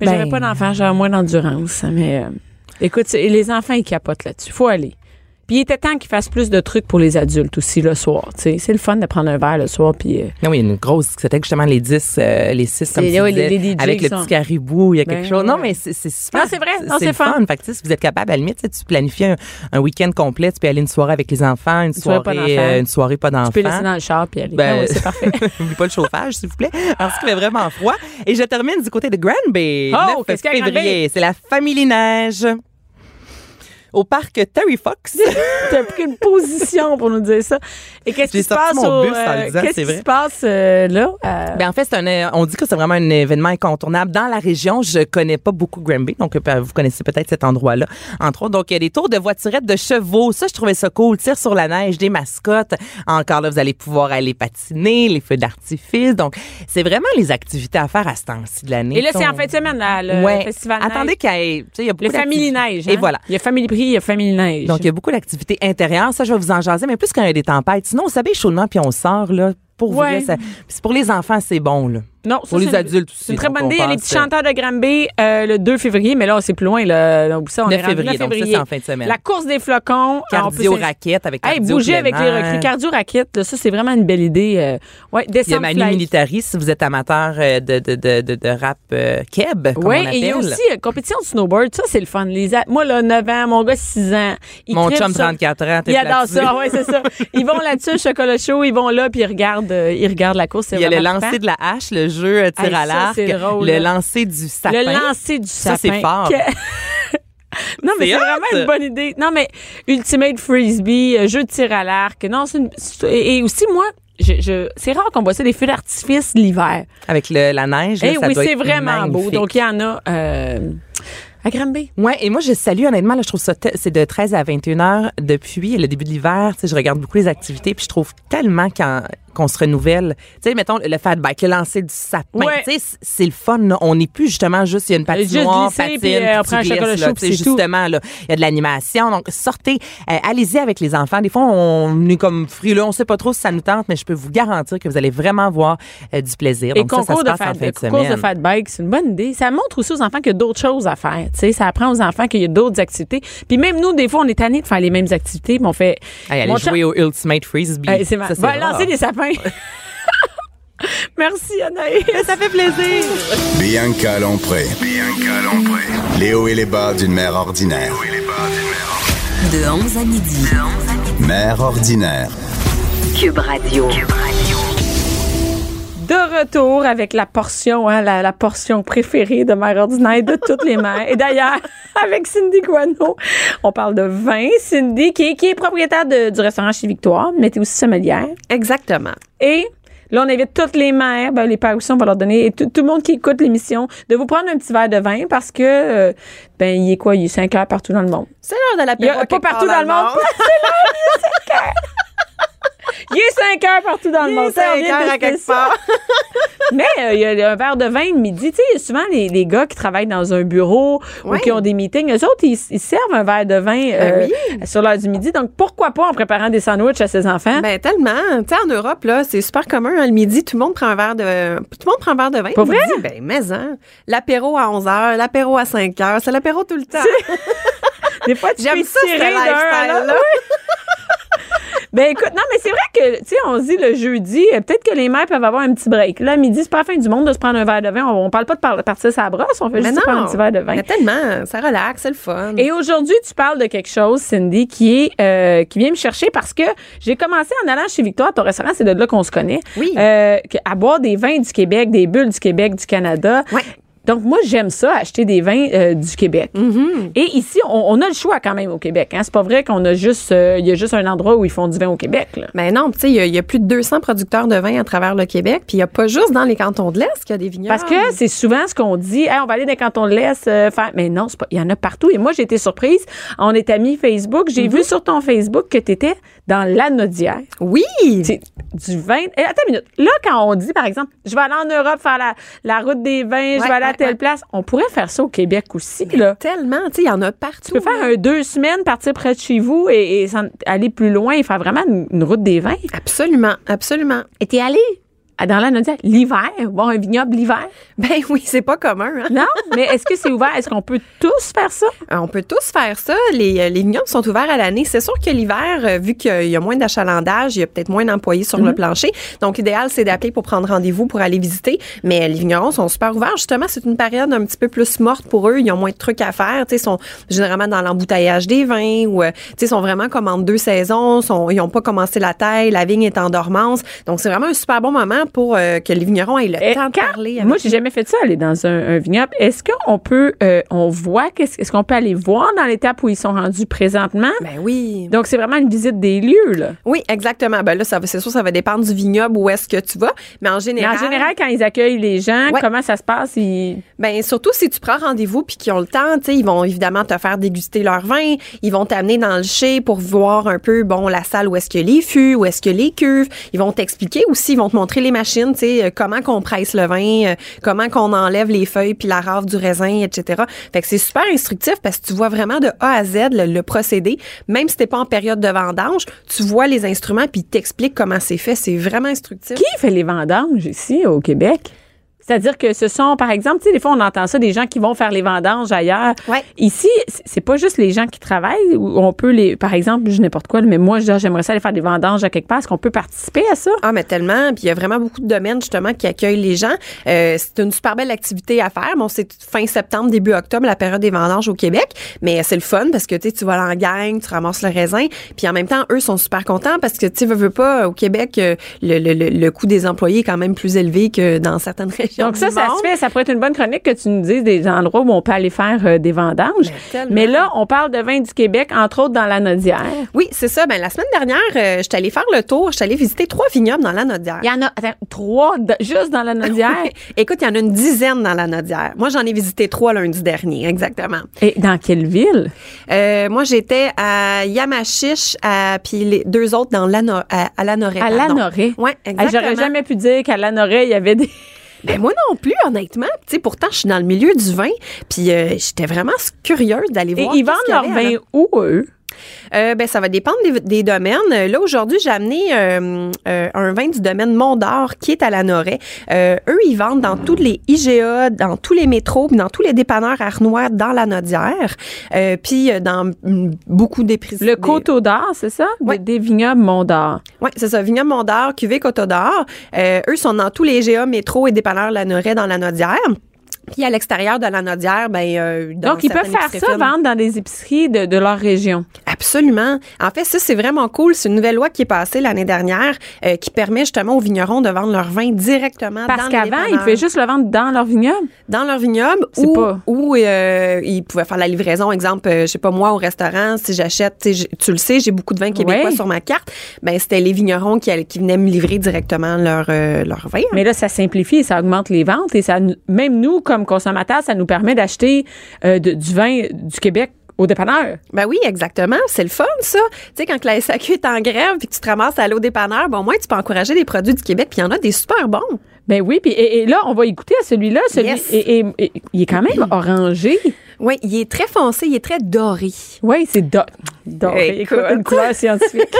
Speaker 3: Mais
Speaker 4: Ben.
Speaker 3: j'avais pas d'enfants, j'avais moins d'endurance. Mais euh, écoute, c'est- les enfants, ils capotent là-dessus. Faut aller. Puis il était temps qu'ils fassent plus de trucs pour les adultes aussi le soir. tu sais. C'est le fun de prendre un verre le soir. Puis euh,
Speaker 4: Non, Ah oui, il y a une grosse c'était justement, les 10, euh, les 6, comme
Speaker 3: C'est-
Speaker 4: tu
Speaker 3: ouais,
Speaker 4: disais,
Speaker 3: les- les DJ
Speaker 4: avec le
Speaker 3: qui sont-
Speaker 4: petit caribou, il y a quelque
Speaker 3: Ben,
Speaker 4: chose. Non,
Speaker 3: ouais.
Speaker 4: mais c'est c'est super.
Speaker 3: Non, c'est vrai. Non, c'est
Speaker 4: le
Speaker 3: fun.
Speaker 4: fun. Fait que, tu sais, si vous êtes capable, à la limite, tu sais, tu planifies un, un week-end complet, tu peux aller une soirée avec les enfants, une
Speaker 3: soirée pas
Speaker 4: soirée,
Speaker 3: d'enfants.
Speaker 4: euh, une soirée pas d'enfants.
Speaker 3: tu peux laisser dans le char puis aller.
Speaker 4: Ben,
Speaker 3: Ah oui, c'est parfait.
Speaker 4: N'oublie pas le chauffage, s'il vous plaît, parce qu'il fait vraiment froid. Et je termine du côté de Granby.
Speaker 3: Oh,
Speaker 4: 9
Speaker 3: qu'est-ce qu'il y a à Granby?
Speaker 4: février, c'est la Famille Neige. Au parc Terry Fox.
Speaker 3: T'as pris une position pour nous dire ça. Et qu'est-ce
Speaker 4: J'ai
Speaker 3: qui se
Speaker 4: sorti
Speaker 3: passe
Speaker 4: mon
Speaker 3: au,
Speaker 4: bus en le disant,
Speaker 3: Qu'est-ce
Speaker 4: c'est
Speaker 3: qui
Speaker 4: vrai.
Speaker 3: se passe euh, là? euh,
Speaker 4: Ben, en fait, c'est un, euh, on dit que c'est vraiment un événement incontournable. Dans la région, je connais pas beaucoup Granby, donc euh, vous connaissez peut-être cet endroit-là. Entre autres, donc il y a des tours de voiturettes de chevaux. Ça, je trouvais ça cool. Tire sur la neige, des mascottes. Encore là, vous allez pouvoir aller patiner, les feux d'artifice. Donc, c'est vraiment les activités à faire à ce temps-ci de l'année.
Speaker 3: Et là, c'est en
Speaker 4: On-
Speaker 3: fin de semaine, là, le
Speaker 4: Ouais.
Speaker 3: festival. Neige.
Speaker 4: Attendez qu'il y ait. tu sais, il y a
Speaker 3: Le
Speaker 4: beaucoup
Speaker 3: Family
Speaker 4: d'activités.
Speaker 3: Neige.
Speaker 4: Et
Speaker 3: hein?
Speaker 4: voilà.
Speaker 3: Il y a Family Prix, il y a Family Neige.
Speaker 4: Donc, il y a beaucoup d'activités intérieures. Ça, je vais vous en jaser, mais plus quand il y a des tempêtes. Sinon, on s'habille chaudement puis on sort, là. Pour
Speaker 3: Ouais.
Speaker 4: vrai, ça- puis pour les enfants, c'est bon, là.
Speaker 3: non, ça,
Speaker 4: pour les
Speaker 3: c'est une-
Speaker 4: adultes aussi,
Speaker 3: C'est une très
Speaker 4: donc
Speaker 3: bonne
Speaker 4: on
Speaker 3: idée. Il y a les
Speaker 4: pense,
Speaker 3: petits chanteurs de Granby euh, le 2 février, mais là, c'est plus loin. Là, donc, ça, on
Speaker 4: 9
Speaker 3: est rendu
Speaker 4: février,
Speaker 3: 9
Speaker 4: donc ça,
Speaker 3: février.
Speaker 4: c'est en fin de semaine.
Speaker 3: La course des flocons. Ah, on peut
Speaker 4: Cardio
Speaker 3: s'ins-
Speaker 4: raquette avec
Speaker 3: Hey,
Speaker 4: cardio
Speaker 3: bouger
Speaker 4: plein
Speaker 3: avec les
Speaker 4: air.
Speaker 3: recrues. Cardio raquette, là, ça, c'est vraiment une belle idée. euh, ouais,
Speaker 4: Il y a
Speaker 3: descendre
Speaker 4: Manu
Speaker 3: fly.
Speaker 4: Militari, si vous êtes amateur euh, de, de, de, de, de rap euh, keb, comme
Speaker 3: Oui,
Speaker 4: on
Speaker 3: et il y a
Speaker 4: appelle.
Speaker 3: aussi euh, compétition de snowboard. Ça, c'est le fun. Les a- Moi, là, 9 ans, mon gars, 6 ans. Il
Speaker 4: Mon
Speaker 3: tripe
Speaker 4: chum,
Speaker 3: sur-
Speaker 4: 34 ans, t'es
Speaker 3: Ils adorent
Speaker 4: flatulé.
Speaker 3: ça, ouais, c'est ça. Ils vont là-dessus, au chocolat chaud, ils vont là, puis ils regardent, euh, ils regardent la course. c'est
Speaker 4: Il y a le
Speaker 3: vraiment trippant.
Speaker 4: lancer de la hache, le jeu euh, tir
Speaker 3: Hey, ça,
Speaker 4: à l'arc,
Speaker 3: c'est drôle,
Speaker 4: le
Speaker 3: là.
Speaker 4: lancer du sapin.
Speaker 3: Le lancer du
Speaker 4: Ça,
Speaker 3: sapin.
Speaker 4: c'est fort.
Speaker 3: Que- non, mais
Speaker 4: C'est
Speaker 3: c'est
Speaker 4: hot.
Speaker 3: vraiment une bonne idée. Non, mais Ultimate Frisbee, euh, jeu de tir à l'arc. Non, c'est une... c'est- Et et aussi, moi, je, je- c'est rare qu'on voit ça, des feux d'artifice l'hiver.
Speaker 4: Avec le- la neige, là,
Speaker 3: Eh
Speaker 4: ça
Speaker 3: oui,
Speaker 4: doit
Speaker 3: c'est
Speaker 4: être
Speaker 3: vraiment beau.
Speaker 4: magnifique.
Speaker 3: Donc, il y en a euh, à Granby.
Speaker 4: Ouais, et moi je salue honnêtement là, je trouve ça te- c'est de 13 à 21 heures depuis le début de l'hiver, tu sais je regarde beaucoup les activités puis je trouve tellement qu'en- qu'on se renouvelle. Tu sais mettons le fat bike, le lancer du sapin,
Speaker 3: Ouais.
Speaker 4: tu sais c'est- c'est le fun là. on n'est plus justement juste il y a une patinoire,
Speaker 3: Juste glisser,
Speaker 4: patine,
Speaker 3: puis, euh, on
Speaker 4: tu
Speaker 3: prend un
Speaker 4: glisses,
Speaker 3: chocolat
Speaker 4: là,
Speaker 3: chaud,
Speaker 4: tu
Speaker 3: puis
Speaker 4: sais,
Speaker 3: c'est tout.
Speaker 4: justement là, il y a de l'animation. Donc sortez, euh, allez-y avec les enfants. Des fois on est comme frileux, on sait pas trop si ça nous tente mais je peux vous garantir que vous allez vraiment voir euh, du plaisir.
Speaker 3: Et
Speaker 4: Donc ça, ça,
Speaker 3: concours
Speaker 4: se
Speaker 3: de
Speaker 4: passe en
Speaker 3: fat,
Speaker 4: fin de
Speaker 3: concours de
Speaker 4: semaine.
Speaker 3: fat bike, c'est une bonne idée. Ça montre aussi aux enfants qu'il y a d'autres choses à faire. Tu sais, ça apprend aux enfants qu'il y a d'autres activités. Puis même nous, des fois, on est tannés de faire les mêmes activités, mais on fait.
Speaker 4: Hey, allez
Speaker 3: Mon chum-
Speaker 4: jouer au Ultimate Frisbee.
Speaker 3: Hey, c'est ma-
Speaker 4: Ça, c'est
Speaker 3: Va
Speaker 4: rare.
Speaker 3: lancer des sapins. Merci, Anaïs.
Speaker 4: é
Speaker 3: Ça fait plaisir.
Speaker 2: Bianca Lompré. Léo et les bas d'une mère ordinaire.
Speaker 1: De 11 à midi.
Speaker 2: Mère ordinaire.
Speaker 1: Cube Radio.
Speaker 3: De retour avec la portion, hein, la, la portion préférée de mère ordinaire de toutes les mères. Et d'ailleurs, avec Cindy Guano, on parle de vin. Cindy, qui est, qui est propriétaire de- du restaurant chez Victoire, mais t'es aussi sommelière.
Speaker 5: Exactement.
Speaker 3: Et là, on invite toutes les mères, ben, les pères aussi, on va leur donner, et tout tout le monde qui écoute l'émission, de vous prendre un petit verre de vin parce que, euh, ben, il est quoi? Il est 5 heures partout dans le monde.
Speaker 5: C'est l'heure de
Speaker 3: Il y
Speaker 5: l'apéro.
Speaker 3: a pas
Speaker 5: quelque
Speaker 3: partout dans
Speaker 5: part
Speaker 3: le monde. Il est 5 heures partout dans le
Speaker 5: Il
Speaker 3: monde.
Speaker 5: est cinq
Speaker 3: Ça, on vient de
Speaker 5: heures à quelque
Speaker 3: spécial.
Speaker 5: part.
Speaker 3: Mais euh, il y a un verre de vin le midi. Tu sais, il y a souvent les, les gars qui travaillent dans un bureau ou
Speaker 5: Ouais. Ben
Speaker 3: qui ont des meetings, eux autres, ils, ils servent un verre de vin euh, sur l'heure du midi. Donc, pourquoi pas en préparant des sandwichs à ses enfants?
Speaker 5: Ben tellement, tu sais en Europe là, c'est super commun hein, le midi, tout le monde prend un verre de tout le monde prend un verre de vin.
Speaker 3: Pas
Speaker 5: le
Speaker 3: vrai?
Speaker 5: midi. ben mais hein, l'apéro à 11h, l'apéro à 5h, c'est l'apéro tout le temps.
Speaker 3: Des fois, tu
Speaker 5: J'aime
Speaker 3: peux
Speaker 5: ça ce
Speaker 3: tirer d'un à l'autre.
Speaker 5: lifestyle là.
Speaker 3: Ben écoute, non, mais c'est vrai que, tu sais, on se dit le jeudi, euh, peut-être que les mères peuvent avoir un petit break. Là, à midi, c'est pas la fin du monde de se prendre un verre de vin. On, on parle pas de par- partir sa brosse, on fait
Speaker 5: Mais
Speaker 3: juste
Speaker 5: non.
Speaker 3: prendre un petit verre de vin.
Speaker 5: Mais tellement, ça relaxe, c'est le fun.
Speaker 3: Et aujourd'hui, tu parles de quelque chose, Cindy, qui est euh, qui vient me chercher parce que j'ai commencé en allant chez Victoire, ton restaurant, c'est de là qu'on se connaît.
Speaker 5: Oui.
Speaker 3: Euh, que- à boire des vins du Québec, des bulles du Québec, du Canada.
Speaker 5: Ouais.
Speaker 3: Donc moi j'aime ça acheter des vins euh, du Québec.
Speaker 5: Mm-hmm.
Speaker 3: Et ici on, on a le choix quand même au Québec. Hein. C'est pas vrai qu'on a juste euh, il y a juste un endroit où ils font du vin au Québec. Là.
Speaker 5: Ben non, tu sais, il y, a- il y a plus de 200 producteurs de vin à travers le Québec, puis il y a pas juste dans les cantons de l'Est qu'il y a des vignobles.
Speaker 3: Parce que c'est souvent ce qu'on dit, Hey, on va aller dans quand on laisse euh, faire. Mais non, c'est pas- il y en a partout. Et moi, j'ai été surprise. On est amis Facebook. J'ai
Speaker 5: Mhm.
Speaker 3: vu sur ton Facebook que tu étais dans l'anodière.
Speaker 5: oui,
Speaker 3: C'est du vin. Eh, attends une minute. Là, quand on dit, par exemple, je vais aller en Europe faire la, la route des vins, je
Speaker 5: Ouais,
Speaker 3: vais aller à
Speaker 5: ouais,
Speaker 3: telle
Speaker 5: ouais.
Speaker 3: place, on pourrait faire ça au Québec aussi. Là.
Speaker 5: tellement, tu sais, il y en a partout.
Speaker 3: Tu peux faire un deux semaines, partir près de chez vous et, et s'en- aller plus loin et faire vraiment une, une route des vins.
Speaker 5: Absolument, absolument.
Speaker 3: Et t'es allé à- dans l'anodière l'hiver, voir un vignoble l'hiver.
Speaker 5: Ben oui, c'est pas commun. hein.
Speaker 3: Non, mais est-ce que c'est ouvert? Est-ce qu'on peut tous faire ça?
Speaker 5: Euh, On peut tous faire ça. Les, euh, les vignobles sont ouverts à l'année. C'est sûr que l'hiver, euh, vu qu'il y a moins d'achalandage, il y a peut-être moins d'employés sur
Speaker 3: Mhm.
Speaker 5: le plancher. Donc, l'idéal, c'est d'appeler pour prendre rendez-vous pour aller visiter. Mais euh, les vignerons sont super ouverts. Justement, c'est une période un petit peu plus morte pour eux. Ils ont moins de trucs à faire. Tu sais, Ils sont généralement dans l'embouteillage des vins ou euh, tu sais, ils sont vraiment comme entre deux saisons. Sont- ils n'ont pas commencé la taille. La vigne est en dormance. Donc, c'est vraiment un super bon moment pour euh, que les vignerons aient le
Speaker 3: Eh,
Speaker 5: temps de
Speaker 3: quand-
Speaker 5: parler. avec
Speaker 3: Moi, j'ai jamais fait ça, aller dans un, un vignoble. Est-ce qu'on peut, euh, on voit, qu'est-ce est-ce qu'on peut aller voir dans l'étape où ils sont rendus présentement?
Speaker 5: Ben oui.
Speaker 3: Donc, c'est vraiment une visite des lieux, là.
Speaker 5: Oui, exactement. Ben là, ça va- c'est sûr, ça va dépendre du vignoble où est-ce que tu vas, mais en
Speaker 3: Mais
Speaker 5: général,
Speaker 3: en général, quand ils accueillent les gens,
Speaker 5: Ouais.
Speaker 3: comment ça se passe? Ils-
Speaker 5: ben surtout si tu prends rendez-vous puis qu'ils ont le temps, tu sais, ils vont évidemment te faire déguster leur vin, ils vont t'amener dans le chai pour voir un peu bon la salle où est-ce que les fûts, où est-ce que les cuves, ils vont t'expliquer aussi, ils vont te montrer les machines, tu sais, euh, comment qu'on presse le vin, euh, comment qu'on enlève les feuilles puis la rave du raisin, etc. Fait que c'est super instructif parce que tu vois vraiment de A à Z le, le procédé, même si t'es pas en période de vendange, tu vois les instruments puis ils t'expliquent comment c'est fait, c'est vraiment instructif.
Speaker 3: Qui fait les vendanges ici, au Québec? C'est-à-dire que ce sont, par exemple, tu sais, des fois, on entend ça, des gens qui vont faire les vendanges ailleurs.
Speaker 5: Ouais.
Speaker 3: Ici, c'est c'est pas juste les gens qui travaillent. ou On peut les, par exemple, je n'importe quoi, mais moi, je- j'aimerais ça aller faire des vendanges à quelque part. Est-ce qu'on peut participer à ça?
Speaker 5: Ah, mais tellement. Puis il y a vraiment beaucoup de domaines, justement, qui accueillent les gens. Euh, c'est une super belle activité à faire. Bon, c'est fin septembre, début octobre, la période des vendanges au Québec. Mais c'est le fun parce que, tu sais, tu vas en gang, tu ramasses le raisin. Puis en même temps, eux sont super contents parce que, tu sais, veux, veux pas, au Québec, euh, le, le, le, le coût des employés est quand même plus élevé que dans certaines régions champion
Speaker 3: Donc ça,
Speaker 5: du
Speaker 3: ça
Speaker 5: monde.
Speaker 3: se fait. Ça pourrait être une bonne chronique que tu nous dises des endroits où on peut aller faire euh, des vendanges.
Speaker 5: tellement.
Speaker 3: Mais là, on parle de vin du Québec, entre autres dans la Nodière.
Speaker 5: Oui, c'est ça. Ben, la semaine dernière, euh, je suis allée faire le tour. Je suis allée visiter trois vignobles dans la Nodière.
Speaker 3: Il y en a attends, trois de- juste dans la Nodière.
Speaker 5: Écoute, il y en a une dizaine dans la Nodière. Moi, j'en ai visité trois lundi dernier, exactement.
Speaker 3: Et dans quelle ville?
Speaker 5: Euh, moi, j'étais à Yamachiche, à, puis les deux autres dans l'Ano- à, à Lanoré.
Speaker 3: À
Speaker 5: pardon.
Speaker 3: Lanoré.
Speaker 5: Eh, Ouais,
Speaker 3: Ah,
Speaker 5: exactement.
Speaker 3: J'aurais jamais pu dire qu'à Lanoré, il y avait des...
Speaker 5: Ben moi non plus, honnêtement. Tu sais, pourtant, je suis dans le milieu du vin, puis euh, j'étais vraiment curieuse
Speaker 3: Et
Speaker 5: d'aller voir.
Speaker 3: ils
Speaker 5: qu'est-ce
Speaker 3: vendent
Speaker 5: qu'il y
Speaker 3: leur
Speaker 5: avait à
Speaker 3: vin où, eux?
Speaker 5: Euh, ben, ça va dépendre des, des domaines. Euh, Là, aujourd'hui, j'ai amené euh, euh, un vin du domaine Mont-d'Or qui est à la Noret. Euh, eux, ils vendent dans tous les IGA, dans tous les métros, puis dans tous les dépanneurs arnois dans la Nodière, euh, puis euh, dans mm, beaucoup d'épiceries.
Speaker 3: Le Coteau d'Or, c'est ça? Des-
Speaker 5: Ouais.
Speaker 3: Des, vignobles Mont-d'Or.
Speaker 5: Oui, c'est ça. Vignoble Mont-d'Or, Cuvée Coteau d'Or. Euh, eux sont dans tous les IGA, métros et dépanneurs la Noret dans la Nodière. Puis à l'extérieur de la Nodière, ben, euh, dans
Speaker 3: Donc, ils peuvent
Speaker 5: certaines
Speaker 3: faire
Speaker 5: épiceries
Speaker 3: ça,
Speaker 5: fines.
Speaker 3: vendre dans des épiceries de, de leur région.
Speaker 5: Absolument. En fait, ça, c'est vraiment cool. C'est une nouvelle loi qui est passée l'année dernière euh, qui permet justement aux vignerons de vendre leur vin directement dans
Speaker 3: Parce
Speaker 5: le
Speaker 3: qu'avant, ils
Speaker 5: dépanneur.
Speaker 3: pouvaient juste le vendre dans leur vignoble.
Speaker 5: dans leur vignoble
Speaker 3: C'est
Speaker 5: ou
Speaker 3: pas-
Speaker 5: ou euh, ils pouvaient faire la livraison. Exemple, euh, je sais pas moi au restaurant, si j'achète, tu sais, j'ai- tu le sais, j'ai beaucoup de vins québécois
Speaker 3: Ouais.
Speaker 5: sur ma carte. Ben c'était les vignerons qui allaient- qui venaient me livrer directement leur euh, leur vin.
Speaker 3: Mais là, ça simplifie et ça augmente les ventes. Et ça, nous- même nous, comme consommateurs, ça nous permet d'acheter euh, de- du vin du Québec au dépanneur.
Speaker 5: Ben oui, exactement. C'est le fun, ça. Tu sais, quand que la SAQ est en grève puis que tu te ramasses à l'eau dépanneur, bon, au moins, tu peux encourager des produits du Québec puis il y en a des super bons.
Speaker 3: Ben oui, puis et, et là, on va écouter à celui-là. Celui,
Speaker 5: Yes.
Speaker 3: et, et- et- il est quand même orangé.
Speaker 5: Oui, il est très foncé, il est très doré.
Speaker 3: Oui, c'est do- doré.
Speaker 5: Écoute.
Speaker 3: Écoute, une couleur scientifique.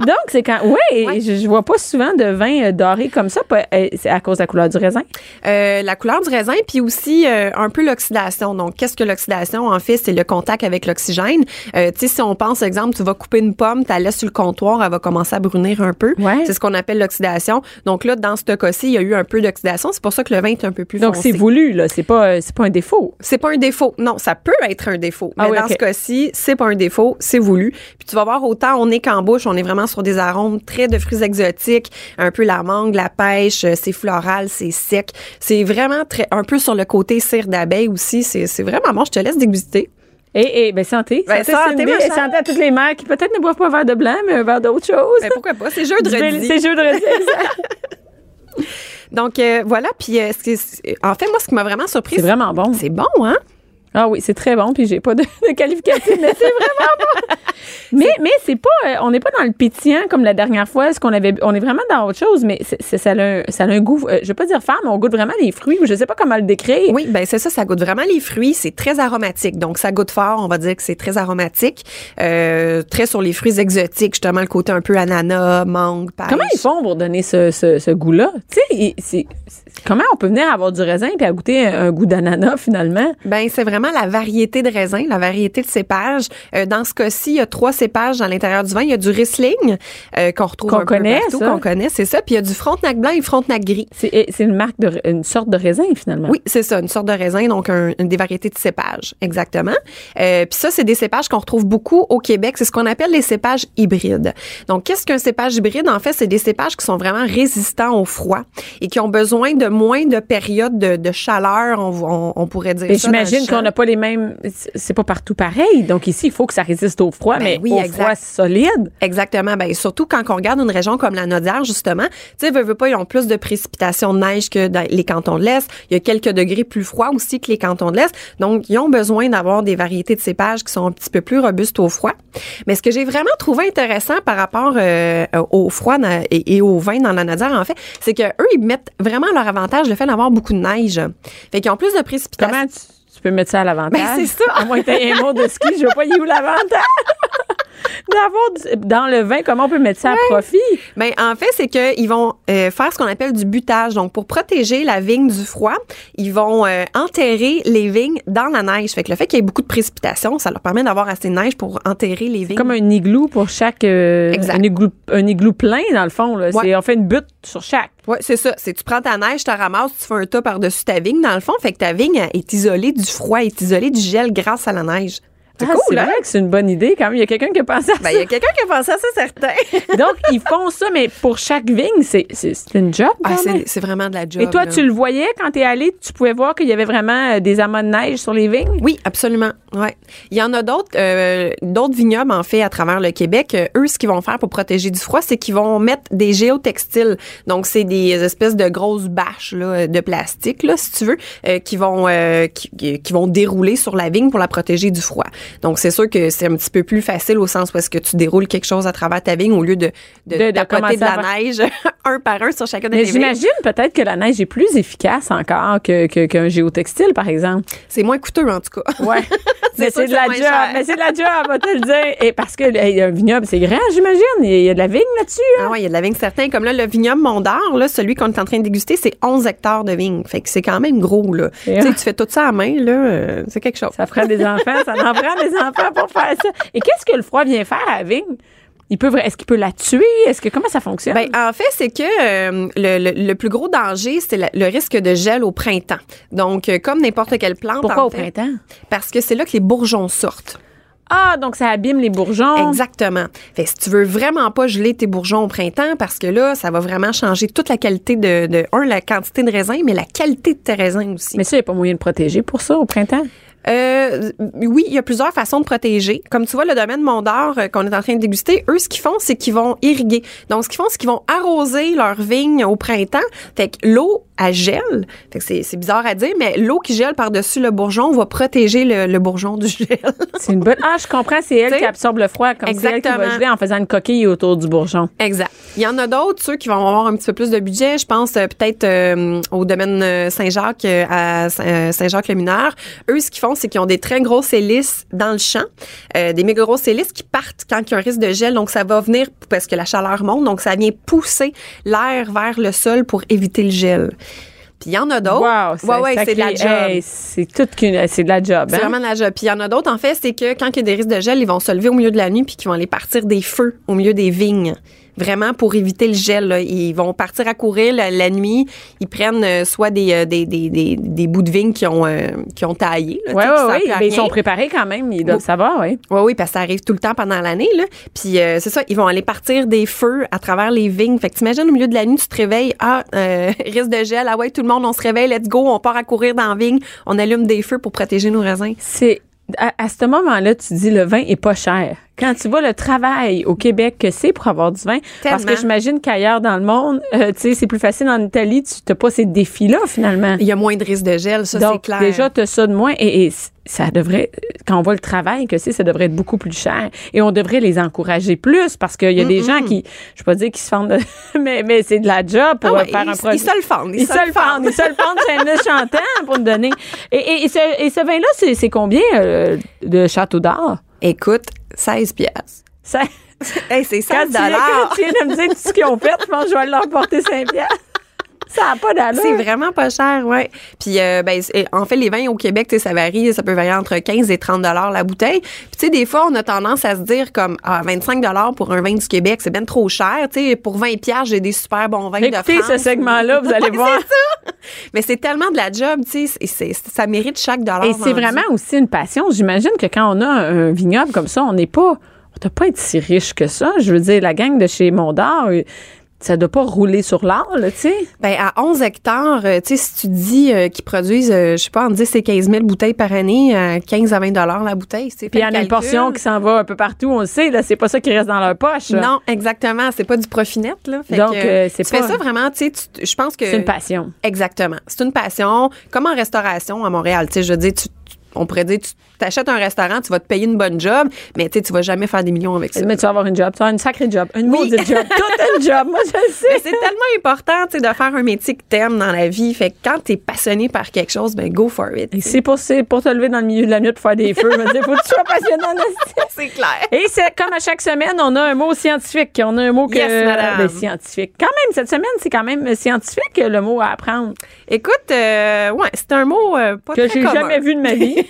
Speaker 3: Donc, c'est quand. Oui,
Speaker 5: Ouais.
Speaker 3: je, je vois pas souvent de vin euh, doré comme ça. pas- euh, C'est à cause de la couleur du raisin.
Speaker 5: Euh, la couleur du raisin, puis aussi euh, un peu l'oxydation. Donc, qu'est-ce que l'oxydation, en fait, c'est le contact avec l'oxygène. Euh, tu sais, si on pense, exemple, tu vas couper une pomme, tu la laisses sur le comptoir, elle va commencer à brunir un peu.
Speaker 3: Ouais.
Speaker 5: C'est ce qu'on appelle l'oxydation. Donc là, dans ce cas-ci, il y a eu un peu d'oxydation. C'est pour ça que le vin est un peu plus
Speaker 3: Donc,
Speaker 5: foncé.
Speaker 3: c'est voulu, là. C'est pas, euh, c'est pas un défaut.
Speaker 5: C'est pas un défaut. Non, ça peut être un défaut. Mais
Speaker 3: Ah oui,
Speaker 5: dans
Speaker 3: ok.
Speaker 5: ce cas-ci, c'est pas un défaut, c'est voulu. Puis tu vas voir, autant on est qu'en bouche, on est vraiment sur des arômes très de fruits exotiques, un peu la mangue, la pêche, euh, c'est floral, c'est sec. C'est vraiment très, un peu sur le côté cire d'abeille aussi. C'est c'est vraiment bon. Je te laisse déguster.
Speaker 3: Et, et ben, santé.
Speaker 5: Ben, santé,
Speaker 3: Cindy,
Speaker 5: ma
Speaker 3: et
Speaker 5: chère.
Speaker 3: santé à toutes les mères qui peut-être ne boivent pas un verre de blanc, mais un verre d'autre chose.
Speaker 5: Ben, pourquoi pas? C'est jeu de
Speaker 3: Du bel-
Speaker 5: redis.
Speaker 3: C'est jeudi. exact.
Speaker 5: Donc euh, voilà. Puis euh, ce qui- c'est- en fait, moi, ce qui m'a vraiment surprise,
Speaker 3: c'est vraiment bon.
Speaker 5: c'est bon, hein?
Speaker 3: Ah oui, c'est très bon, puis j'ai pas de, de qualificatif, mais c'est vraiment bon. Mais mais c'est pas, euh, on n'est pas dans le pétillant comme la dernière fois, ce qu'on avait, on est vraiment dans autre chose, mais c'est- c'est- ça, a un, ça a un goût, euh, je veux pas dire femme, mais on goûte vraiment les fruits, ou je sais pas comment le décrire.
Speaker 5: Oui, ben c'est ça, ça goûte vraiment les fruits, c'est très aromatique. Donc ça goûte fort, on va dire que c'est très aromatique, euh, très sur les fruits exotiques, justement le côté un peu ananas, mangue, pêche.
Speaker 3: Comment ils font pour donner ce, ce- ce goût-là? Tu sais, il- c'est- c'est- comment on peut venir avoir du raisin puis à goûter un, un goût d'ananas finalement?
Speaker 5: Ben c'est vraiment la variété de raisins, la variété de cépages. Euh, dans ce cas-ci, il y a trois cépages à l'intérieur du vin, il y a du Riesling euh, qu'on retrouve
Speaker 3: Qu'on
Speaker 5: un peu
Speaker 3: connaît,
Speaker 5: partout,
Speaker 3: ça.
Speaker 5: qu'on connaît, c'est ça, puis il y a du Frontenac blanc et Frontenac gris.
Speaker 3: C'est et c'est une marque, de, ra- une sorte de raisin finalement.
Speaker 5: Oui, c'est ça, une sorte de raisin, donc un- une des variétés de cépages, exactement. Euh, Puis ça, c'est des cépages qu'on retrouve beaucoup au Québec. C'est ce qu'on appelle les cépages hybrides. Donc, qu'est-ce qu'un cépage hybride? En fait, c'est des cépages qui sont vraiment résistants au froid et qui ont besoin de moins de périodes de, de chaleur, on, on- on pourrait dire
Speaker 3: Mais
Speaker 5: ça. dans le
Speaker 3: j'imagine
Speaker 5: champ.
Speaker 3: qu'on n'a pas les mêmes. c'est- C'est pas partout pareil. Donc ici, il faut que ça résiste au froid,
Speaker 5: Ben
Speaker 3: mais
Speaker 5: oui,
Speaker 3: au
Speaker 5: exact.
Speaker 3: froid solide.
Speaker 5: Exactement. Ben, surtout quand on regarde une région comme la Nodière, justement, tu sais, veux, veux pas, ils ont plus de précipitations de neige que dans les cantons de l'Est. Il y a quelques degrés plus froid aussi que les cantons de l'Est. Donc, ils ont besoin d'avoir des variétés de cépages qui sont un petit peu plus robustes au froid. Mais ce que j'ai vraiment trouvé intéressant par rapport euh, euh, au froid dans- et, et au vin dans la Nodière, en fait, c'est que eux, ils mettent vraiment à leur avantage le fait d'avoir beaucoup de neige. Fait qu'ils ont plus de précipitations.
Speaker 3: Comment tu, tu peux mettre ça à l'avantage?
Speaker 5: Ben, c'est ça.
Speaker 3: À moins que tu un mot de ski, je vois pas il est où l'avantage. D'avoir du- dans le vin, comment on peut mettre ça à profit?
Speaker 5: Ben, en fait, c'est qu'ils vont euh, faire ce qu'on appelle du butage. Donc, pour protéger la vigne du froid, ils vont euh, enterrer les vignes dans la neige. Fait que le fait qu'il y ait beaucoup de précipitations, ça leur permet d'avoir assez de neige pour enterrer les vignes.
Speaker 3: Comme un igloo pour chaque. euh,
Speaker 5: Exact.
Speaker 3: Un igloo, un igloo plein, dans le fond. Là.
Speaker 5: Ouais.
Speaker 3: C'est- On fait une butte sur chaque.
Speaker 5: Ouais, c'est ça. C'est tu prends ta neige, tu la ramasses, tu fais un tas par-dessus ta vigne, dans le fond. Fait que ta vigne elle est isolée du froid, elle est isolée du gel grâce à la neige. C'est
Speaker 3: Ah,
Speaker 5: cool,
Speaker 3: c'est
Speaker 5: hein?
Speaker 3: vrai que c'est une bonne idée quand même. Il y a quelqu'un qui a pensé à
Speaker 5: Ben,
Speaker 3: ça.
Speaker 5: il y a quelqu'un qui a pensé à ça, certain.
Speaker 3: Donc, ils font ça, mais pour chaque vigne, c'est, c'est, c'est une job.
Speaker 5: Ah,
Speaker 3: quand même.
Speaker 5: c'est c'est vraiment de la job.
Speaker 3: Et toi,
Speaker 5: là.
Speaker 3: tu le voyais quand t'es allé, tu pouvais voir qu'il y avait vraiment euh, des amas de neige sur les vignes?
Speaker 5: Oui, absolument. Ouais. Il y en a d'autres, euh, d'autres vignobles en fait à travers le Québec. Euh, eux, ce qu'ils vont faire pour protéger du froid, c'est qu'ils vont mettre des géotextiles. Donc, c'est des espèces de grosses bâches là, de plastique, là, si tu veux, euh, qui vont euh, qui, qui- qui vont dérouler sur la vigne pour la protéger du froid. Donc, c'est sûr que c'est un petit peu plus facile au sens où est-ce que tu déroules quelque chose à travers ta vigne au lieu de
Speaker 3: De-
Speaker 5: de,
Speaker 3: de
Speaker 5: tapoter de
Speaker 3: commencer à
Speaker 5: la neige un par un sur chacun de
Speaker 3: Mais
Speaker 5: tes vignes.
Speaker 3: j'imagine peut-être que la neige est plus efficace encore que, que- qu'un géotextile, par exemple.
Speaker 5: C'est moins coûteux en tout cas.
Speaker 3: Ouais. mais
Speaker 5: C'est sûr
Speaker 3: c'est
Speaker 5: que
Speaker 3: de la
Speaker 5: c'est moins
Speaker 3: job.
Speaker 5: cher.
Speaker 3: Mais c'est de la job, on va te le dire. Et parce que hey, un vignoble, c'est grand, j'imagine. Il y a- il y a de la vigne là-dessus. hein.
Speaker 5: Ah ouais, il y a de la vigne certaine. Comme là, le vignoble Mondard, là, celui qu'on est en train de déguster, c'est 11 hectares de vigne. Fait que c'est quand même gros, là.
Speaker 3: Et
Speaker 5: Tu
Speaker 3: ouais.
Speaker 5: sais, tu fais tout ça à main, là, euh, c'est quelque chose.
Speaker 3: Ça prend des enfants, ça en prend des enfants pour faire ça. Et qu'est-ce que le froid vient faire à la vigne? Il peut, vra- est-ce qu'il peut la tuer? Est-ce que, comment ça fonctionne?
Speaker 5: Ben, en fait, c'est que euh, le, le- le plus gros danger, c'est la- le risque de gel au printemps. Donc, euh, comme n'importe quelle plante.
Speaker 3: Pourquoi
Speaker 5: en
Speaker 3: au
Speaker 5: fait,
Speaker 3: printemps?
Speaker 5: Parce que c'est là que les bourgeons sortent.
Speaker 3: Ah, donc ça abîme les bourgeons.
Speaker 5: Exactement. Fait que si tu veux vraiment pas geler tes bourgeons au printemps, parce que là, ça va vraiment changer toute la qualité de, de un, la quantité de raisin, mais la qualité de tes raisins aussi.
Speaker 3: Mais ça, il n'y a pas moyen de protéger pour ça au printemps.
Speaker 5: Euh, oui, il y a plusieurs façons de protéger. Comme tu vois, le domaine Mondor euh, qu'on est en train de déguster, eux, ce qu'ils font, c'est qu'ils vont irriguer. Donc, ce qu'ils font, c'est qu'ils vont arroser leurs vignes au printemps. Fait que l'eau, elle gèle. Fait que c'est, c'est bizarre à dire, mais l'eau qui gèle par-dessus le bourgeon va protéger le, le bourgeon du gel.
Speaker 3: C'est une bonne. Ah, je comprends, c'est elle
Speaker 5: T'sais?
Speaker 3: qui absorbe le froid, comme c'est elle qui va
Speaker 5: Exactement.
Speaker 3: geler en faisant une coquille autour du bourgeon.
Speaker 5: exact. Il y en a d'autres, ceux qui vont avoir un petit peu plus de budget. Je pense euh, peut-être euh, au domaine euh, Saint-Jacques, euh, à Saint- euh, Saint-Jacques-le-Mineur. Eux, ce qu'ils font, c'est qu'ils ont des très grosses hélices dans le champ. euh, des méga grosses hélices qui partent quand il y a un risque de gel. Donc, ça va venir parce que la chaleur monte. Donc, ça vient pousser l'air vers le sol pour éviter le gel. Puis, il y en a d'autres.
Speaker 3: Wow,
Speaker 5: Oh, ouais, ouais, c'est de la
Speaker 3: sacré-
Speaker 5: job.
Speaker 3: Hey, c'est tout qu'une. C'est de la job.
Speaker 5: C'est
Speaker 3: hein?
Speaker 5: vraiment de la job. Puis il y en a d'autres, en fait, c'est que quand il y a des risques de gel, ils vont se lever au milieu de la nuit puis qu'ils vont aller partir des feux au milieu des vignes. Vraiment pour éviter le gel. là. Ils vont partir à courir la, la nuit. Ils prennent euh, soit des, euh, des, des, des, des bouts de vignes qui ont, euh, qui ont taillé. là, tu
Speaker 3: Ouais,
Speaker 5: sais,
Speaker 3: ouais, ouais.
Speaker 5: qui servent à
Speaker 3: Ben, ils
Speaker 5: rien.
Speaker 3: sont préparés quand même. Ils doivent
Speaker 5: Oui.
Speaker 3: savoir, oui.
Speaker 5: Oui, oui, parce que ça arrive tout le temps pendant l'année. là. Puis euh, c'est ça, ils vont aller partir des feux à travers les vignes. Fait que t'imagines au milieu de la nuit, tu te réveilles, ah, euh, risque de gel, ah ouais, tout le monde, on se réveille, let's go, on part à courir dans la vigne, on allume des feux pour protéger nos raisins.
Speaker 3: C'est à, à ce moment-là, tu dis le vin est pas cher. Quand tu vois le travail au Québec que c'est pour avoir du vin, parce que
Speaker 5: Tellement.
Speaker 3: j'imagine qu'ailleurs dans le monde, euh, tu sais, c'est plus facile en Italie, tu n'as pas ces défis-là finalement.
Speaker 5: Il y a moins de risques de gel, ça c'est
Speaker 3: Donc
Speaker 5: clair.
Speaker 3: déjà, tu as ça de moins et, et c- ça devrait, quand on voit le travail que c'est, ça devrait être beaucoup plus cher et on devrait les encourager plus parce qu'il y a
Speaker 5: Mm,
Speaker 3: des gens qui, je ne pas dire qui se fendent, de- mais, mais c'est de la job
Speaker 5: Ah
Speaker 3: pour
Speaker 5: ouais,
Speaker 3: euh, faire
Speaker 5: ils,
Speaker 3: un projet.
Speaker 5: ils se le fendent.
Speaker 3: Ils se le fendent, ils se le fendent chez Ernest Chantant pour nous donner. Et, et- et ce, et ce vin-là, c'est, c'est combien euh, de Château d'Or?
Speaker 5: Écoute, 16 piastres.
Speaker 3: Ça,
Speaker 5: Hey, c'est
Speaker 3: quand
Speaker 5: 16
Speaker 3: tu viens- quand
Speaker 5: dollars.
Speaker 3: tu viens de me dire tout ce qu'ils ont fait, je pense que je vais leur porter 5 piastres. Ça n'a pas d'allure.
Speaker 5: C'est vraiment pas cher, ouais. Puis euh, ben c'est- en fait les vins au Québec, tu sais, ça varie, ça peut varier entre 15 et 30 dollars la bouteille. Puis tu sais des fois on a tendance à se dire comme ah 25 dollars pour un vin du Québec, c'est bien trop cher, tu sais, pour 20 piastres, j'ai des super bons vins de
Speaker 3: Écoutez
Speaker 5: France.
Speaker 3: ce segment-là, vous allez
Speaker 5: Ouais,
Speaker 3: voir.
Speaker 5: c'est ça. Mais c'est tellement de la job, tu sais, c'est- c'est- ça mérite chaque dollar.
Speaker 3: Et c'est
Speaker 5: vendu.
Speaker 3: vraiment aussi une passion. J'imagine que quand on a un vignoble comme ça, on n'est pas. On doit pas être si riche que ça. Je veux dire, la gang de chez Mondor, euh, ça doit pas rouler sur l'or, là, tu sais.
Speaker 5: Ben, à 11 hectares, euh, tu sais, si tu dis euh, qu'ils produisent, euh, je sais pas, entre 10 et 15 000 bouteilles par année, à 15 à 20 dollars la bouteille, c'est
Speaker 3: Puis il y en a une portion qui s'en va un peu partout, on le sait, là. C'est pas ça qui reste dans leur poche. là.
Speaker 5: Non, exactement. C'est pas du profit net, là. Fait
Speaker 3: Donc,
Speaker 5: que,
Speaker 3: euh, c'est
Speaker 5: tu
Speaker 3: pas-
Speaker 5: fais ça vraiment, tu sais, tu- je pense que...
Speaker 3: C'est une passion.
Speaker 5: Exactement. C'est une passion. Comme en restauration à Montréal, tu sais, je veux dire, tu- tu- on pourrait dire, tu t'achètes un restaurant, tu vas te payer une bonne job, mais tu sais, tu vas jamais faire des millions avec ça.
Speaker 3: Mais tu vas avoir une job, tu vas avoir une sacrée job, une maudite job, toute une job, moi je le
Speaker 5: Mais
Speaker 3: sais.
Speaker 5: c'est tellement important, tu sais, de faire un métier que t'aimes dans la vie. Fait que quand t'es passionné par quelque chose, ben go for it.
Speaker 3: Et C'est pour, c'est pour te lever dans le milieu de la nuit pour faire des feux, je me dis, faut que tu sois passionné en esti.
Speaker 5: C'est clair.
Speaker 3: Et c'est comme à chaque semaine, on a un mot scientifique. On a un mot que,
Speaker 5: Yes, madame.
Speaker 3: Ben, scientifique. Quand même, cette semaine, c'est quand même scientifique le mot à apprendre
Speaker 5: Écoute, euh, ouais, c'est un mot euh, pas
Speaker 3: que
Speaker 5: très
Speaker 3: j'ai
Speaker 5: commun.
Speaker 3: jamais vu de ma vie.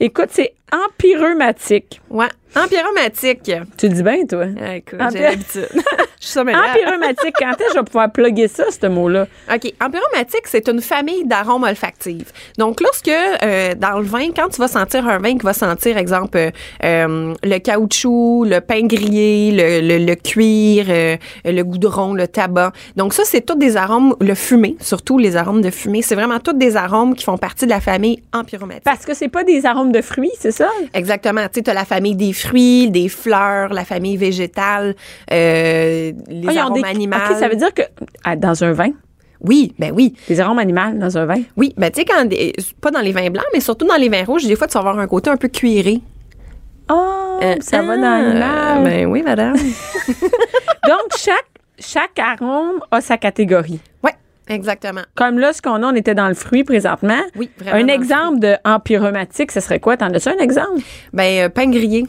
Speaker 3: Écoute, c'est empireumatique.
Speaker 5: Ouais, En pyromatique.
Speaker 3: Tu le dis bien, toi?
Speaker 5: Ah, Écoute,
Speaker 3: En
Speaker 5: j'ai
Speaker 3: pyro-
Speaker 5: l'habitude. Je suis sommeillère.
Speaker 3: En pyromatique, quand est-ce que je vais pouvoir plugger ça, ce mot-là?
Speaker 5: OK. En pyromatique, c'est une famille d'arômes olfactifs. Donc, lorsque, euh, dans le vin, quand tu vas sentir un vin qui va sentir, exemple, euh, euh, le caoutchouc, le pain grillé, le, le- le cuir, euh, le goudron, le tabac. Donc, ça, c'est tous des arômes, le fumé, surtout les arômes de fumée. C'est vraiment tous des arômes qui font partie de la famille en pyromatique.
Speaker 3: Parce que c'est pas des arômes de fruits, c'est ça?
Speaker 5: Exactement. Tu sais, t'as la famille des fruits, des fleurs, la famille végétale, euh, les
Speaker 3: Ah, ils ont
Speaker 5: arômes
Speaker 3: des-
Speaker 5: animaux.
Speaker 3: OK, ça veut dire que ah, dans un vin,
Speaker 5: Oui, ben oui.
Speaker 3: des arômes animaux dans un vin.
Speaker 5: Oui, ben tu sais, quand des- pas dans les vins blancs, mais surtout dans les vins rouges, des fois, tu vas avoir un côté un peu cuiré.
Speaker 3: Oh,
Speaker 5: Euh,
Speaker 3: ça va dans
Speaker 5: l'image.
Speaker 3: l'animal.
Speaker 5: ben oui, madame.
Speaker 3: Donc, chaque, chaque arôme a sa catégorie.
Speaker 5: oui, exactement.
Speaker 3: Comme là, ce qu'on a, on était dans le fruit présentement.
Speaker 5: Oui, vraiment
Speaker 3: Un
Speaker 5: dans le
Speaker 3: exemple de en pyromatique, ce serait quoi? T'en as-tu un exemple?
Speaker 5: Ben, euh, pain grillé.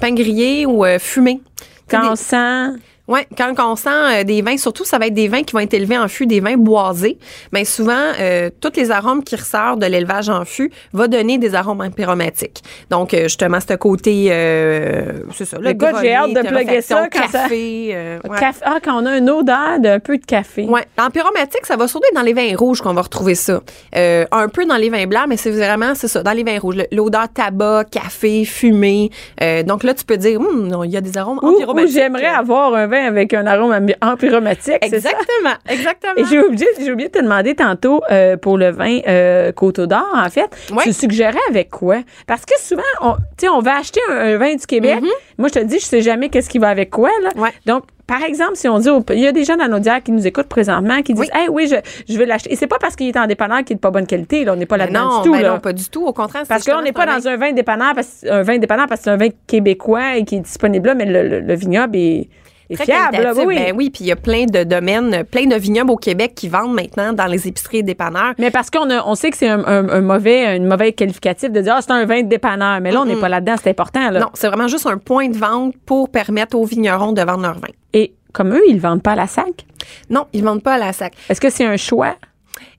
Speaker 5: Pain grillé ou euh, fumé. Tu sais,
Speaker 3: Quand on
Speaker 5: des-
Speaker 3: sent...
Speaker 5: Ouais, quand on sent euh, des vins, surtout, ça va être des vins qui vont être élevés en fût, des vins boisés. Mais souvent, euh, tous les arômes qui ressortent de l'élevage en fût va donner des arômes aromatiques. Donc, euh, justement, ce côté, euh, c'est ça. le
Speaker 3: Écoute, j'ai
Speaker 5: grenier,
Speaker 3: hâte de plugger ça
Speaker 5: terrefaction,
Speaker 3: quand ça-
Speaker 5: café, euh, ouais.
Speaker 3: caf- Ah, quand on a une odeur d'un peu de café.
Speaker 5: Ouais, en pyromatique, ça va surtout être dans les vins rouges qu'on va retrouver ça. Euh, un peu dans les vins blancs, mais c'est vraiment c'est ça, dans les vins rouges, Le- l'odeur tabac, café, fumée. Euh, donc là, tu peux dire, Hum, non, il y a des arômes
Speaker 3: Ou, ou
Speaker 5: empyromatiques.
Speaker 3: j'aimerais avoir un vin avec un arôme ambi- empyromatique, c'est ça?
Speaker 5: Exactement,
Speaker 3: Et
Speaker 5: exactement.
Speaker 3: j'ai oublié, j'ai oublié de te demander tantôt euh, pour le vin euh, Coteau d'Or, en fait.
Speaker 5: Ouais.
Speaker 3: Tu suggérais avec quoi? Parce que souvent, on, tu sais, on va acheter un, un vin du Québec. Moi, je te dis, je sais jamais qu'est-ce qui va avec quoi. Là.
Speaker 5: Mhm. Ouais.
Speaker 3: Donc, par exemple, si on dit, au- il y a des gens dans nos diaires qui nous écoutent présentement, qui disent,
Speaker 5: Oui.
Speaker 3: eh oui, je, je veux l'acheter. Et c'est pas parce qu'il est en dépanneur qu'il est de pas bonne qualité. Là, on n'est pas
Speaker 5: Ben
Speaker 3: là-dedans
Speaker 5: non,
Speaker 3: du tout.
Speaker 5: ben
Speaker 3: là.
Speaker 5: non, pas du tout. Au contraire, c'est
Speaker 3: Parce que là, on
Speaker 5: justement,
Speaker 3: n'est pas
Speaker 5: c'est un
Speaker 3: dans un vin dépanneur, parce, un vin dépanneur parce que c'est un vin québécois et qui est disponible là, mais le, le- le vignoble est, est
Speaker 5: Très
Speaker 3: fiable. là,
Speaker 5: qualitatif.
Speaker 3: oui, oui.
Speaker 5: Ben oui, puis il y a plein de domaines, plein de vignobles au Québec qui vendent maintenant dans les épiceries et dépanneurs.
Speaker 3: Mais parce qu'on a- on sait que c'est un, un- un mauvais, une mauvaise qualificatif de dire, ah, c'est un vin de dépanneur. Mais là, on n'est pas là-dedans, c'est important, là.
Speaker 5: Non, c'est vraiment juste un point de vente pour permettre aux vignerons de vendre leur vin.
Speaker 3: Et comme eux, ils vendent pas à la sac.
Speaker 5: Non, ils vendent pas à la sac.
Speaker 3: Est-ce que c'est un choix?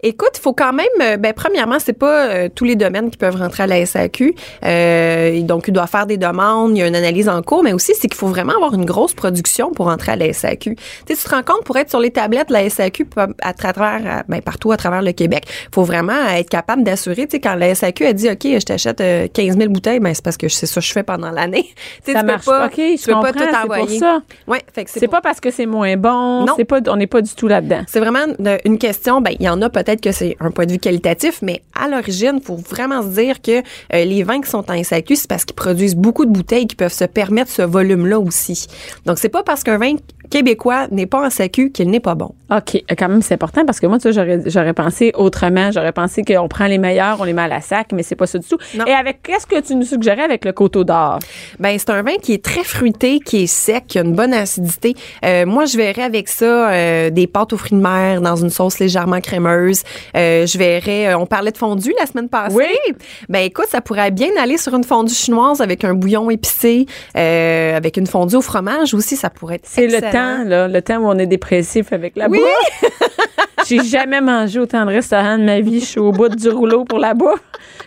Speaker 5: Écoute, il faut quand même, euh, ben, premièrement, c'est pas euh, tous les domaines qui peuvent rentrer à la SAQ. Euh, et donc, il doit faire des demandes, il y a une analyse en cours, mais aussi, c'est qu'il faut vraiment avoir une grosse production pour rentrer à la SAQ. Tu sais, tu te rends compte, pour être sur les tablettes, la SAQ, pa- à travers, à- ben, partout à travers le Québec, faut vraiment euh, être capable d'assurer, tu sais, quand la SAQ a dit, OK, je t'achète euh, 15 000 bouteilles, ben, c'est parce que c'est ça que je fais pendant l'année. Tu sais,
Speaker 3: Ça
Speaker 5: tu
Speaker 3: marche
Speaker 5: peux pas,
Speaker 3: pas. OK, je
Speaker 5: tu peux pas
Speaker 3: comprends, c'est
Speaker 5: tout
Speaker 3: pour
Speaker 5: envoyer.
Speaker 3: ça.
Speaker 5: Ouais, fait que
Speaker 3: C'est pas parce que c'est moins bon.
Speaker 5: Non.
Speaker 3: C'est pas, on n'est pas du tout là-dedans.
Speaker 5: c'est vraiment une- une question. Ben, il y en a peut-être que c'est un point de vue qualitatif, mais à l'origine, faut vraiment se dire que euh, les vins qui sont en SAQ, c'est parce qu'ils produisent beaucoup de bouteilles qui peuvent se permettre ce volume-là aussi. Donc, c'est pas parce qu'un vin québécois n'est pas en SAQ qu'il n'est pas bon.
Speaker 3: OK. euh, Quand même, c'est important parce que moi, tu sais, j'aurais, j'aurais pensé autrement. J'aurais pensé qu'on prend les meilleurs, on les met à la sac, mais c'est pas ça du tout.
Speaker 5: Non.
Speaker 3: Et avec, qu'est-ce que tu nous suggérais avec le coteau d'or?
Speaker 5: Ben, c'est un vin qui est très fruité, qui est sec, qui a une bonne acidité. Euh, moi, je verrais avec ça euh, des pâtes aux fruits de mer dans une sauce légèrement crémeuse. Euh, je verrais, euh, on parlait de fondue la semaine passée.
Speaker 3: Oui.
Speaker 5: Ben écoute, ça pourrait bien aller sur une fondue chinoise avec un bouillon épicé, euh, avec une fondue au fromage aussi, ça pourrait être
Speaker 3: C'est le
Speaker 5: excellent.
Speaker 3: temps, là, le temps où on est dépressif avec la
Speaker 5: Oui.
Speaker 3: bouffe. J'ai jamais mangé autant de restaurants de ma vie. Je suis au bout du rouleau pour la bouffe.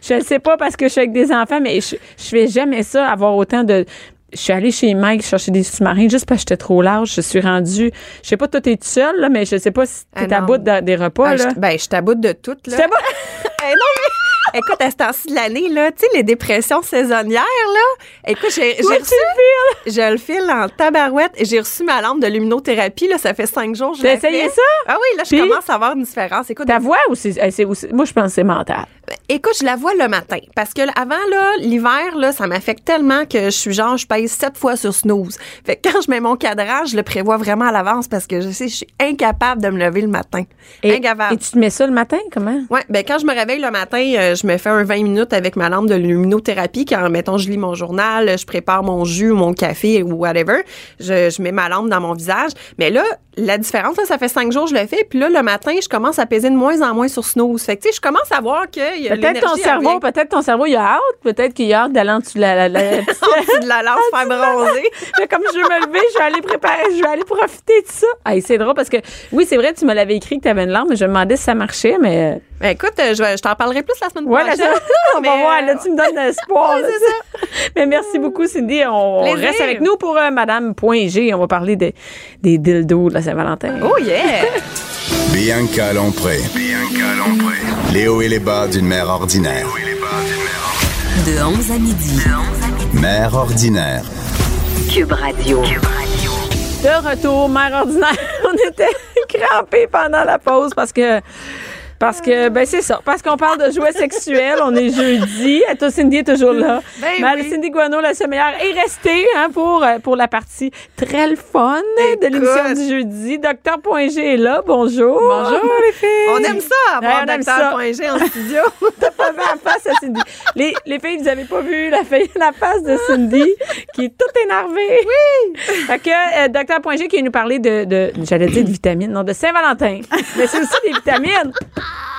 Speaker 3: Je ne sais pas parce que je suis avec des enfants, mais je, je fais jamais ça, avoir autant de. Je suis allée chez Mike chercher des sous-marins juste parce que j'étais trop large. Je suis rendue. Je sais pas, toi, t'es toute seule, là, mais je sais pas si t'es
Speaker 5: Ah
Speaker 3: à
Speaker 5: non.
Speaker 3: bout de- des repas.
Speaker 5: Ah,
Speaker 3: là.
Speaker 5: je- ben, je t'aboute de tout, là.
Speaker 3: Je sais pas.
Speaker 5: Eh non, mais écoute, à ce temps-ci de l'année, là, tu sais, les dépressions saisonnières, là, écoute, j'ai, j'ai
Speaker 3: Oui, tu
Speaker 5: reçu. Je le file en tabarouette. J'ai reçu ma lampe de luminothérapie, là, ça fait cinq jours. que Je
Speaker 3: T'as
Speaker 5: la fais.
Speaker 3: essayé ça?
Speaker 5: Ah oui, là, je
Speaker 3: Puis?
Speaker 5: commence à avoir une différence. Écoute, ben,
Speaker 3: Ta voix ou c'est. eh, c'est- ou c'est- Moi, je pense que c'est mental.
Speaker 5: Hein, écoute, je la vois le matin. Parce que là, avant, là, l'hiver, là, ça m'affecte tellement que je suis genre, je pèse sept fois sur snooze. Fait que quand je mets mon cadrage, je le prévois vraiment à l'avance parce que je sais, je suis incapable de me lever le matin.
Speaker 3: Et,
Speaker 5: incapable.
Speaker 3: et tu te mets ça le matin, comment?
Speaker 5: Ouais, ben quand je me réveille le matin, euh, je me fais un 20 minutes avec ma lampe de luminothérapie. Quand, mettons, je lis mon journal, je prépare mon jus, mon café ou whatever, je, je mets ma lampe dans mon visage. Mais là, la différence, là, ça fait cinq jours que je le fais, puis là, le matin, je commence à peser de moins en moins sur snooze. Fait que, tu sais, je commence à voir que y a
Speaker 3: Peut-être ton
Speaker 5: l'énergie
Speaker 3: cerveau,
Speaker 5: revient.
Speaker 3: peut-être ton cerveau, il a hâte, peut-être qu'il a hâte d'aller en dessous de la, la, la-
Speaker 5: Tu de la lance faire bronzer.
Speaker 3: Là, comme je veux me lever, je vais aller préparer, je vais aller profiter de ça. Hey, c'est drôle parce que, oui, c'est vrai, tu me l'avais écrit que tu avais une larme, mais je me demandais si ça marchait, mais.
Speaker 5: Ben, écoute, euh, je, vais- je t'en parlerai plus la semaine
Speaker 3: Ouais, là,
Speaker 5: prochaine.
Speaker 3: ça- on va
Speaker 5: Mais,
Speaker 3: voir,
Speaker 5: euh,
Speaker 3: là, tu me donnes espoir.
Speaker 5: Ouais,
Speaker 3: là,
Speaker 5: c'est Hmm.
Speaker 3: Mais merci beaucoup, Cindy. On, on
Speaker 5: Plaisir.
Speaker 3: reste avec nous pour euh, Madame.g. On va parler des, des dildos de la Saint-Valentin.
Speaker 5: Oh yeah!
Speaker 2: Bianca Lompré. Les hauts et les bas d'une mère ordinaire.
Speaker 1: De 11 à midi.
Speaker 2: Mère ordinaire.
Speaker 1: Cube Radio.
Speaker 3: De retour, mère ordinaire. On était crampés pendant la pause parce que. Parce que, ben, c'est ça. Parce qu'on parle de jouets sexuels. On est jeudi. Et toi, Cindy est toujours là.
Speaker 5: Ben
Speaker 3: Mais
Speaker 5: oui.
Speaker 3: Cindy Guano, la sommeillère, est restée, hein, pour, euh, pour la partie très le fun de l'émission
Speaker 5: Écoute.
Speaker 3: du jeudi. Docteur.g est là. Bonjour.
Speaker 5: Bonjour,
Speaker 3: les filles.
Speaker 5: On aime ça, avoir
Speaker 3: Ouais, on aime
Speaker 5: Docteur.g en studio.
Speaker 3: T'as pas vu la face à Cindy. Les, les filles, vous avez pas vu la, fa- la face de Cindy qui est toute énervée. Oui. Fait que euh, Docteur Poingé qui nous parlait de, de j'allais dire de vitamines, non, de Saint-Valentin. Mais c'est aussi des vitamines.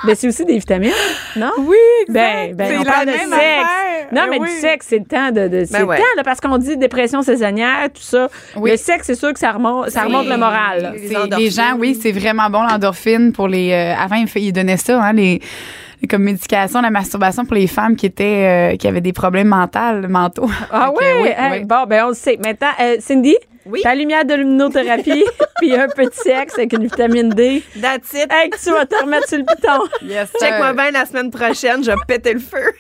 Speaker 3: Mais c'est aussi des vitamines, non? Oui, Ben, ben
Speaker 5: C'est
Speaker 3: on
Speaker 5: la
Speaker 3: parle de
Speaker 5: même
Speaker 3: sexe.
Speaker 5: affaire.
Speaker 3: Non,
Speaker 5: Ben
Speaker 3: mais du
Speaker 5: oui. Ben
Speaker 3: sexe, c'est le temps de, de- c'est le
Speaker 5: ouais.
Speaker 3: temps, là, parce qu'on dit dépression saisonnière, tout ça.
Speaker 6: Oui.
Speaker 3: Le sexe, c'est sûr que ça remonte, ça remonte le moral. là.
Speaker 6: C'est-
Speaker 5: Les endorphines.
Speaker 6: Les gens, oui, c'est vraiment bon l'endorphine pour les. euh, avant, ils, fa- ils donnaient ça, hein, les, les- comme médication, la masturbation pour les femmes qui étaient, euh, qui avaient des problèmes mentaux, mentaux.
Speaker 3: Ah
Speaker 6: Fait
Speaker 3: oui,
Speaker 6: que, oui,
Speaker 3: hein,
Speaker 6: oui.
Speaker 3: bon, ben on le sait. Maintenant, euh, Cindy,
Speaker 5: Oui.
Speaker 3: ta lumière de luminothérapie, puis un peu de sexe avec une vitamine D.
Speaker 5: That's it.
Speaker 3: Hey, que tu vas te remettre sur le piton.
Speaker 6: Yes,
Speaker 5: Check-moi
Speaker 6: sir.
Speaker 5: bien la semaine prochaine, je vais péter le feu.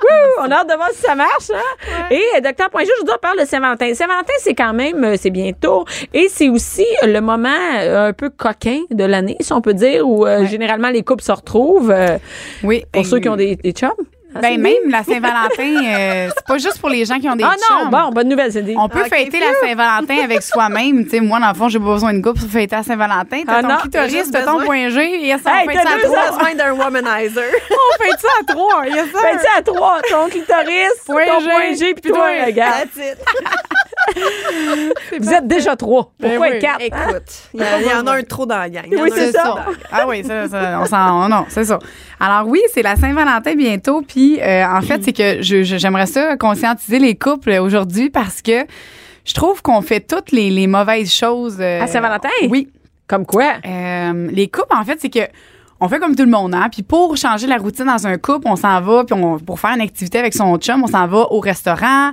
Speaker 3: Wouh, on a hâte de voir si ça marche. Hein? Et docteur Poinjou, je vous dois parler de Saint-Valentin. Saint-Valentin, c'est quand même, euh, c'est bientôt. Et c'est aussi euh, le moment euh, un peu coquin de l'année, si on peut dire, où euh, généralement les couples se retrouvent. euh,
Speaker 6: Oui.
Speaker 3: pour
Speaker 6: Et-
Speaker 3: ceux qui ont des, des chums. Hein,
Speaker 6: Ben,
Speaker 3: Cindy?
Speaker 6: même la Saint-Valentin, euh, c'est pas juste pour les gens qui ont des
Speaker 3: Ah non,
Speaker 6: chums.
Speaker 3: bon, bonne nouvelle, Cindy. Ah,
Speaker 6: On peut
Speaker 5: Ok,
Speaker 6: fêter la
Speaker 5: phew.
Speaker 6: Saint-Valentin avec soi-même. Tu sais, moi, dans le fond, j'ai pas besoin de couple pour fêter la Saint-Valentin. T'as
Speaker 3: Ah
Speaker 6: ton
Speaker 3: non,
Speaker 5: j'ai
Speaker 6: clitoris,
Speaker 5: juste
Speaker 6: t'as ton
Speaker 5: besoin.
Speaker 6: point G. Yes, on
Speaker 3: Hey,
Speaker 6: fête
Speaker 3: t'as
Speaker 6: ça à
Speaker 3: deux
Speaker 6: trois.
Speaker 5: Pas besoin d'un womanizer.
Speaker 6: On fête ça à trois. Yes, sir.
Speaker 3: Ben, tu sais, à trois, ton clitoris,
Speaker 6: Point
Speaker 3: ton
Speaker 6: G,
Speaker 3: point G, puis toi,
Speaker 6: toi.
Speaker 3: regarde.
Speaker 5: That's it.
Speaker 3: Vous êtes déjà trois. Pourquoi
Speaker 6: Ben oui.
Speaker 3: quatre? hein?
Speaker 5: Écoute, Ben il y, a- il y en a un trop dans la gang. Il y en
Speaker 3: Oui,
Speaker 5: a un
Speaker 3: c'est
Speaker 6: C'est
Speaker 3: ça.
Speaker 6: ça. Ah oui, ça, ça, on s'en. oh Non, c'est ça. Alors oui, c'est la Saint-Valentin bientôt. Puis euh, en fait, c'est que je- je- j'aimerais ça conscientiser les couples aujourd'hui parce que je trouve qu'on fait toutes les, les mauvaises choses. euh,
Speaker 3: À Saint-Valentin?
Speaker 6: Oui.
Speaker 3: Comme quoi?
Speaker 6: Euh, les couples, en fait, c'est que on fait comme tout le monde, hein. Puis pour changer la routine dans un couple, on s'en va, puis on, pour faire une activité avec son chum, on s'en va au restaurant,